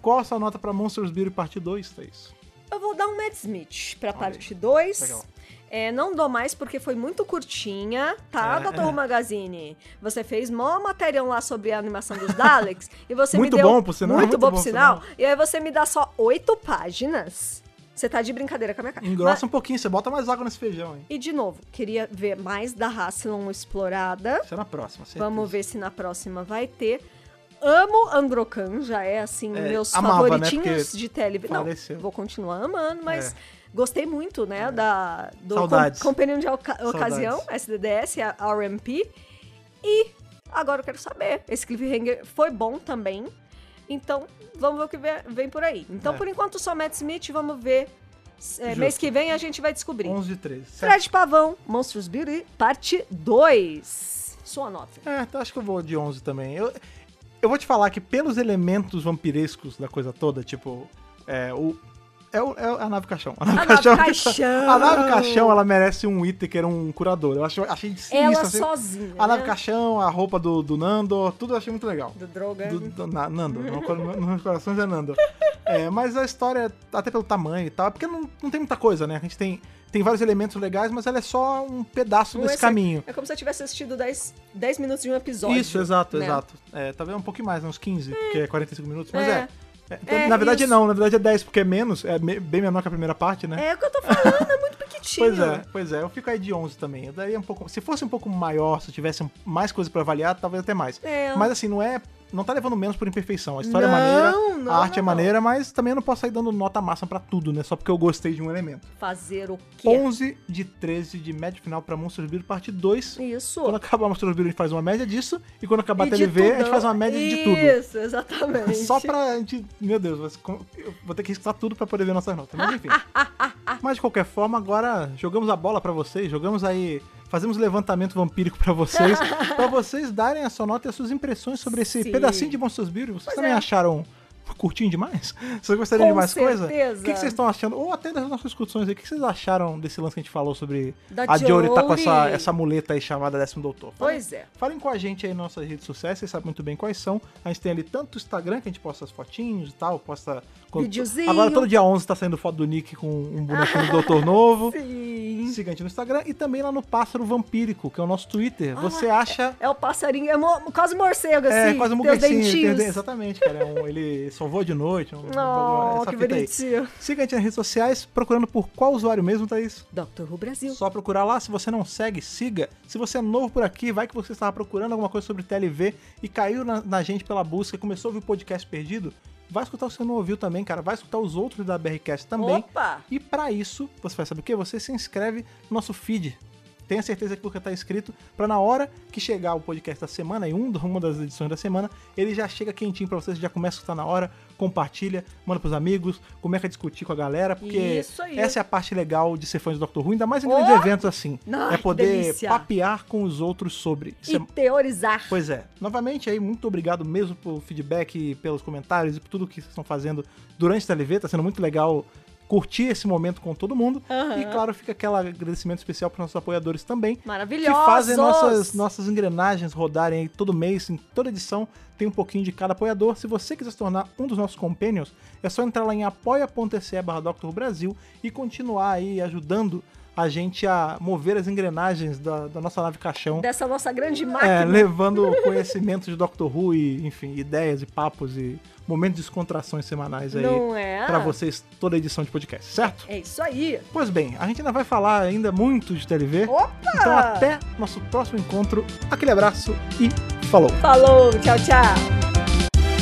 Speaker 1: Qual a sua nota pra Monsters Beauty Parte 2, Thaís?
Speaker 2: Eu vou dar um Mad Smith pra
Speaker 1: Olha
Speaker 2: parte
Speaker 1: Legal.
Speaker 2: 2. não dou mais porque foi muito curtinha, tá,
Speaker 1: É,
Speaker 2: Dr.
Speaker 1: é.
Speaker 2: Magazine? Você fez mó material lá sobre a animação dos Daleks e você
Speaker 1: Muito
Speaker 2: me deu.
Speaker 1: bom, por sinal,
Speaker 2: Muito,
Speaker 1: muito
Speaker 2: bom,
Speaker 1: bom,
Speaker 2: por
Speaker 1: por
Speaker 2: sinal. E aí você me dá só oito páginas. Você tá de brincadeira com a minha cara.
Speaker 1: Engrossa
Speaker 2: Mas-
Speaker 1: um pouquinho, você bota mais água nesse feijão, hein?
Speaker 2: E de novo, queria ver mais da raça não explorada.
Speaker 1: Isso é na próxima, certeza.
Speaker 2: Vamos ver se na próxima vai ter. Amo Androcan, já é assim,
Speaker 1: É,
Speaker 2: meus
Speaker 1: amava, né,
Speaker 2: favoritinhos
Speaker 1: porque
Speaker 2: de TLV.
Speaker 1: faleceu.
Speaker 2: Não, vou continuar amando, mas
Speaker 1: É.
Speaker 2: gostei muito, né, da do
Speaker 1: Saudades.
Speaker 2: com, Companhia de Oca-
Speaker 1: Saudades.
Speaker 2: Ocasião, SDDS, a RMP. E agora eu quero saber, esse cliffhanger foi bom também, então vamos ver o que vem, vem por aí. Então,
Speaker 1: É.
Speaker 2: por enquanto, só Matt Smith, vamos ver. É,
Speaker 1: Justo.
Speaker 2: mês que vem a gente vai descobrir.
Speaker 1: 11 de 13. certo?
Speaker 2: Fred Pavão, Monstros Beauty, parte 2. Sua nota.
Speaker 1: É, então acho que eu vou de 11 também. Eu, eu vou te falar que pelos elementos vampirescos da coisa toda, tipo, é o... É, o- é a nave caixão. [laughs] A nave,
Speaker 2: nave
Speaker 1: que tá-
Speaker 2: Ah, caixão.
Speaker 1: A nave caixão, ela merece um Whittaker, um curador. Eu acho, achei sinistro.
Speaker 2: Ela
Speaker 1: assim.
Speaker 2: sozinha.
Speaker 1: A nave
Speaker 2: né?
Speaker 1: caixão, a roupa do, do Nando, tudo eu achei muito legal.
Speaker 2: Do Droga. é
Speaker 1: Do, do Na- Nando, no, cor- no- nos meus corações é Nando. É, mas a história, até pelo tamanho e tal, é porque não, não tem muita coisa, né? A gente tem, tem vários elementos legais, mas ela é só um pedaço
Speaker 2: Não é
Speaker 1: desse
Speaker 2: ser-
Speaker 1: caminho.
Speaker 2: É como se eu tivesse assistido 10, 10 minutos de um episódio.
Speaker 1: isso, exato,
Speaker 2: né?
Speaker 1: exato. É, talvez um pouquinho mais, né? uns 15, porque é 45 minutos, mas é.
Speaker 2: É.
Speaker 1: É,
Speaker 2: É,
Speaker 1: na verdade,
Speaker 2: isso.
Speaker 1: não, na verdade é 10, porque é menos, é me- bem menor que a primeira parte, né?
Speaker 2: É o que eu tô falando, é muito pequitinho.
Speaker 1: Pois é, pois é, eu fico aí de 11 também. Eu daria um pouco, se fosse um pouco maior, se tivesse um, mais coisa pra avaliar, talvez até mais.
Speaker 2: É.
Speaker 1: Mas assim, não é, não tá levando menos por imperfeição. A história
Speaker 2: Não,
Speaker 1: é maneira,
Speaker 2: não,
Speaker 1: a arte é
Speaker 2: não.
Speaker 1: maneira, mas também eu não posso sair dando nota máxima pra tudo, né? Só porque eu gostei de um elemento.
Speaker 2: Fazer o quê?
Speaker 1: 11 de 13 de média final pra Monstros Beer parte 2.
Speaker 2: Isso.
Speaker 1: Quando acabar Monstros Beer, a gente faz uma média disso, e quando acabar a
Speaker 2: E de
Speaker 1: TLV, a gente
Speaker 2: tudão.
Speaker 1: faz uma média de tudo.
Speaker 2: Isso, exatamente.
Speaker 1: Só pra gente. Meu Deus, mas como- eu vou ter que escutar tudo pra poder ver nossas notas. Mas
Speaker 2: [laughs]
Speaker 1: enfim. mas de qualquer forma, agora jogamos a bola pra vocês, jogamos aí. Fazemos levantamento vampírico pra
Speaker 2: [laughs]
Speaker 1: vocês, pra vocês darem a sua nota e as suas impressões sobre esse
Speaker 2: Sim.
Speaker 1: pedacinho de Monsters Beauty. Vocês
Speaker 2: Pois
Speaker 1: também
Speaker 2: é.
Speaker 1: acharam curtinho demais? Vocês gostariam de
Speaker 2: Com
Speaker 1: mais coisa?
Speaker 2: certeza.
Speaker 1: O que que vocês estão achando? Ou até das nossas discussões aí, o que que vocês acharam desse lance que a gente falou sobre
Speaker 2: Da
Speaker 1: a Jory tá com essa,
Speaker 2: Jory.
Speaker 1: essa muleta aí chamada décimo doutor?
Speaker 2: Pois é.
Speaker 1: Falem com a gente aí nas nossas redes sociais, vocês sabem muito bem quais são. A gente tem ali tanto o Instagram, que a gente posta as fotinhos e tal, posta... quando-
Speaker 2: Videozinho.
Speaker 1: Agora todo dia 11 tá saindo foto do Nick com um bonequinho do Doutor Novo.
Speaker 2: [laughs] Sim.
Speaker 1: Siga a gente no Instagram e também lá no Pássaro Vampírico, que é o nosso Twitter.
Speaker 2: Ah,
Speaker 1: Você acha...
Speaker 2: É o passarinho, é mo- quase morcego, assim.
Speaker 1: É, quase um
Speaker 2: tem os
Speaker 1: muguecinho. tem-
Speaker 2: dentinhos.
Speaker 1: tem- Exatamente, cara. é um- ele só voa de noite. Um,
Speaker 2: [laughs] Oh,
Speaker 1: essa
Speaker 2: que
Speaker 1: fita aí.
Speaker 2: bonitinho.
Speaker 1: Siga a gente nas redes sociais, procurando por qual usuário mesmo, Thaís?
Speaker 2: Dr. Who Brasil.
Speaker 1: Só procurar lá. Se você não segue, siga. Se você é novo por aqui, vai que você estava procurando alguma coisa sobre TLV e caiu na, na gente pela busca, começou a ouvir o podcast perdido, vai escutar o que você não ouviu também, cara. Vai escutar os outros da BRCast também.
Speaker 2: Opa!
Speaker 1: E pra isso, você vai saber o quê? Você se inscreve no nosso feed. Tenha certeza que você tá inscrito, pra na hora que chegar o podcast da semana, e um, uma das edições da semana, ele já chega quentinho pra você, você já começa a escutar na hora, compartilha, manda pros amigos, começa a discutir com a galera, porque
Speaker 2: Isso aí.
Speaker 1: essa é a parte legal de ser fã de Doctor Who, ainda mais em
Speaker 2: Oh!
Speaker 1: grandes eventos assim.
Speaker 2: Ai,
Speaker 1: é
Speaker 2: que
Speaker 1: poder
Speaker 2: delícia.
Speaker 1: papear com os outros sobre. Isso
Speaker 2: E
Speaker 1: é-
Speaker 2: teorizar.
Speaker 1: Pois é. Novamente aí, muito obrigado mesmo pelo feedback, e pelos comentários e por tudo que vocês estão fazendo durante a TLV. Tá sendo muito legal curtir esse momento com todo mundo.
Speaker 2: Aham.
Speaker 1: E claro, fica aquele agradecimento especial para nossos apoiadores também. Que
Speaker 2: Maravilhosos!
Speaker 1: fazem nossas, nossas engrenagens rodarem aí todo mês, em toda edição, tem um pouquinho de cada apoiador. Se você quiser se tornar um dos nossos companions, é só entrar lá em apoia.se barra Dr. Brasil e continuar aí ajudando a gente a mover as engrenagens da, da nossa nave caixão.
Speaker 2: Dessa nossa grande
Speaker 1: É,
Speaker 2: máquina.
Speaker 1: levando conhecimento de Doctor Who e, enfim, ideias e papos e momentos de descontrações semanais aí
Speaker 2: Não é?
Speaker 1: pra vocês toda edição de podcast, certo?
Speaker 2: É isso aí.
Speaker 1: Pois bem, a gente ainda vai falar ainda muito de TLV.
Speaker 2: Opa!
Speaker 1: Então até nosso próximo encontro. Aquele abraço e falou!
Speaker 2: Falou, tchau, tchau.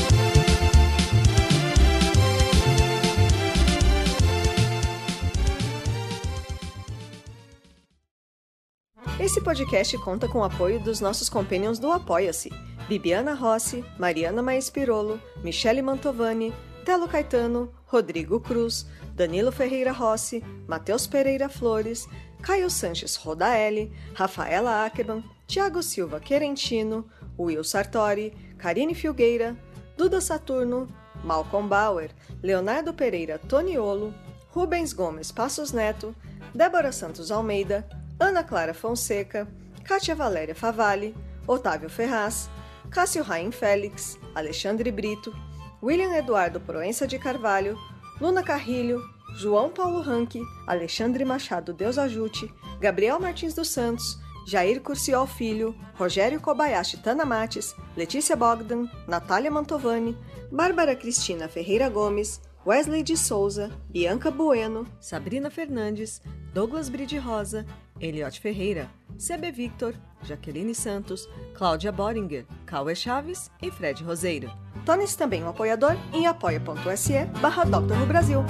Speaker 2: Esse podcast conta com o apoio dos nossos companions do Apoia-se: Bibiana Rossi, Mariana Maes Pirolo, Michele Mantovani, Telo Caetano, Rodrigo Cruz, Danilo Ferreira Rossi, Matheus Pereira Flores, Caio Sanches Rodaelli, Rafaela Ackerman, Tiago Silva Querentino, Will Sartori, Karine Filgueira, Duda Saturno, Malcolm Bauer, Leonardo Pereira Toniolo, Rubens Gomes Passos Neto, Débora Santos Almeida, Ana Clara Fonseca, Kátia Valéria Favalli, Otávio Ferraz, Cássio Raim Félix, Alexandre Brito, William Eduardo Proença de Carvalho, Luna Carrilho, João Paulo Ranque, Alexandre Machado Deus Ajute, Gabriel Martins dos Santos, Jair Curciol Filho, Rogério Kobayashi Tanamates, Letícia Bogdan, Natália Mantovani, Bárbara Cristina Ferreira Gomes, Wesley de Souza, Bianca Bueno, Sabrina Fernandes, Douglas Bride Rosa, Eliote Ferreira, CB Victor, Jaqueline Santos, Cláudia Boringer, Cauê Chaves e Fred Roseiro. Torne-se também um apoiador em apoia.se barra Dr. Who Brasil.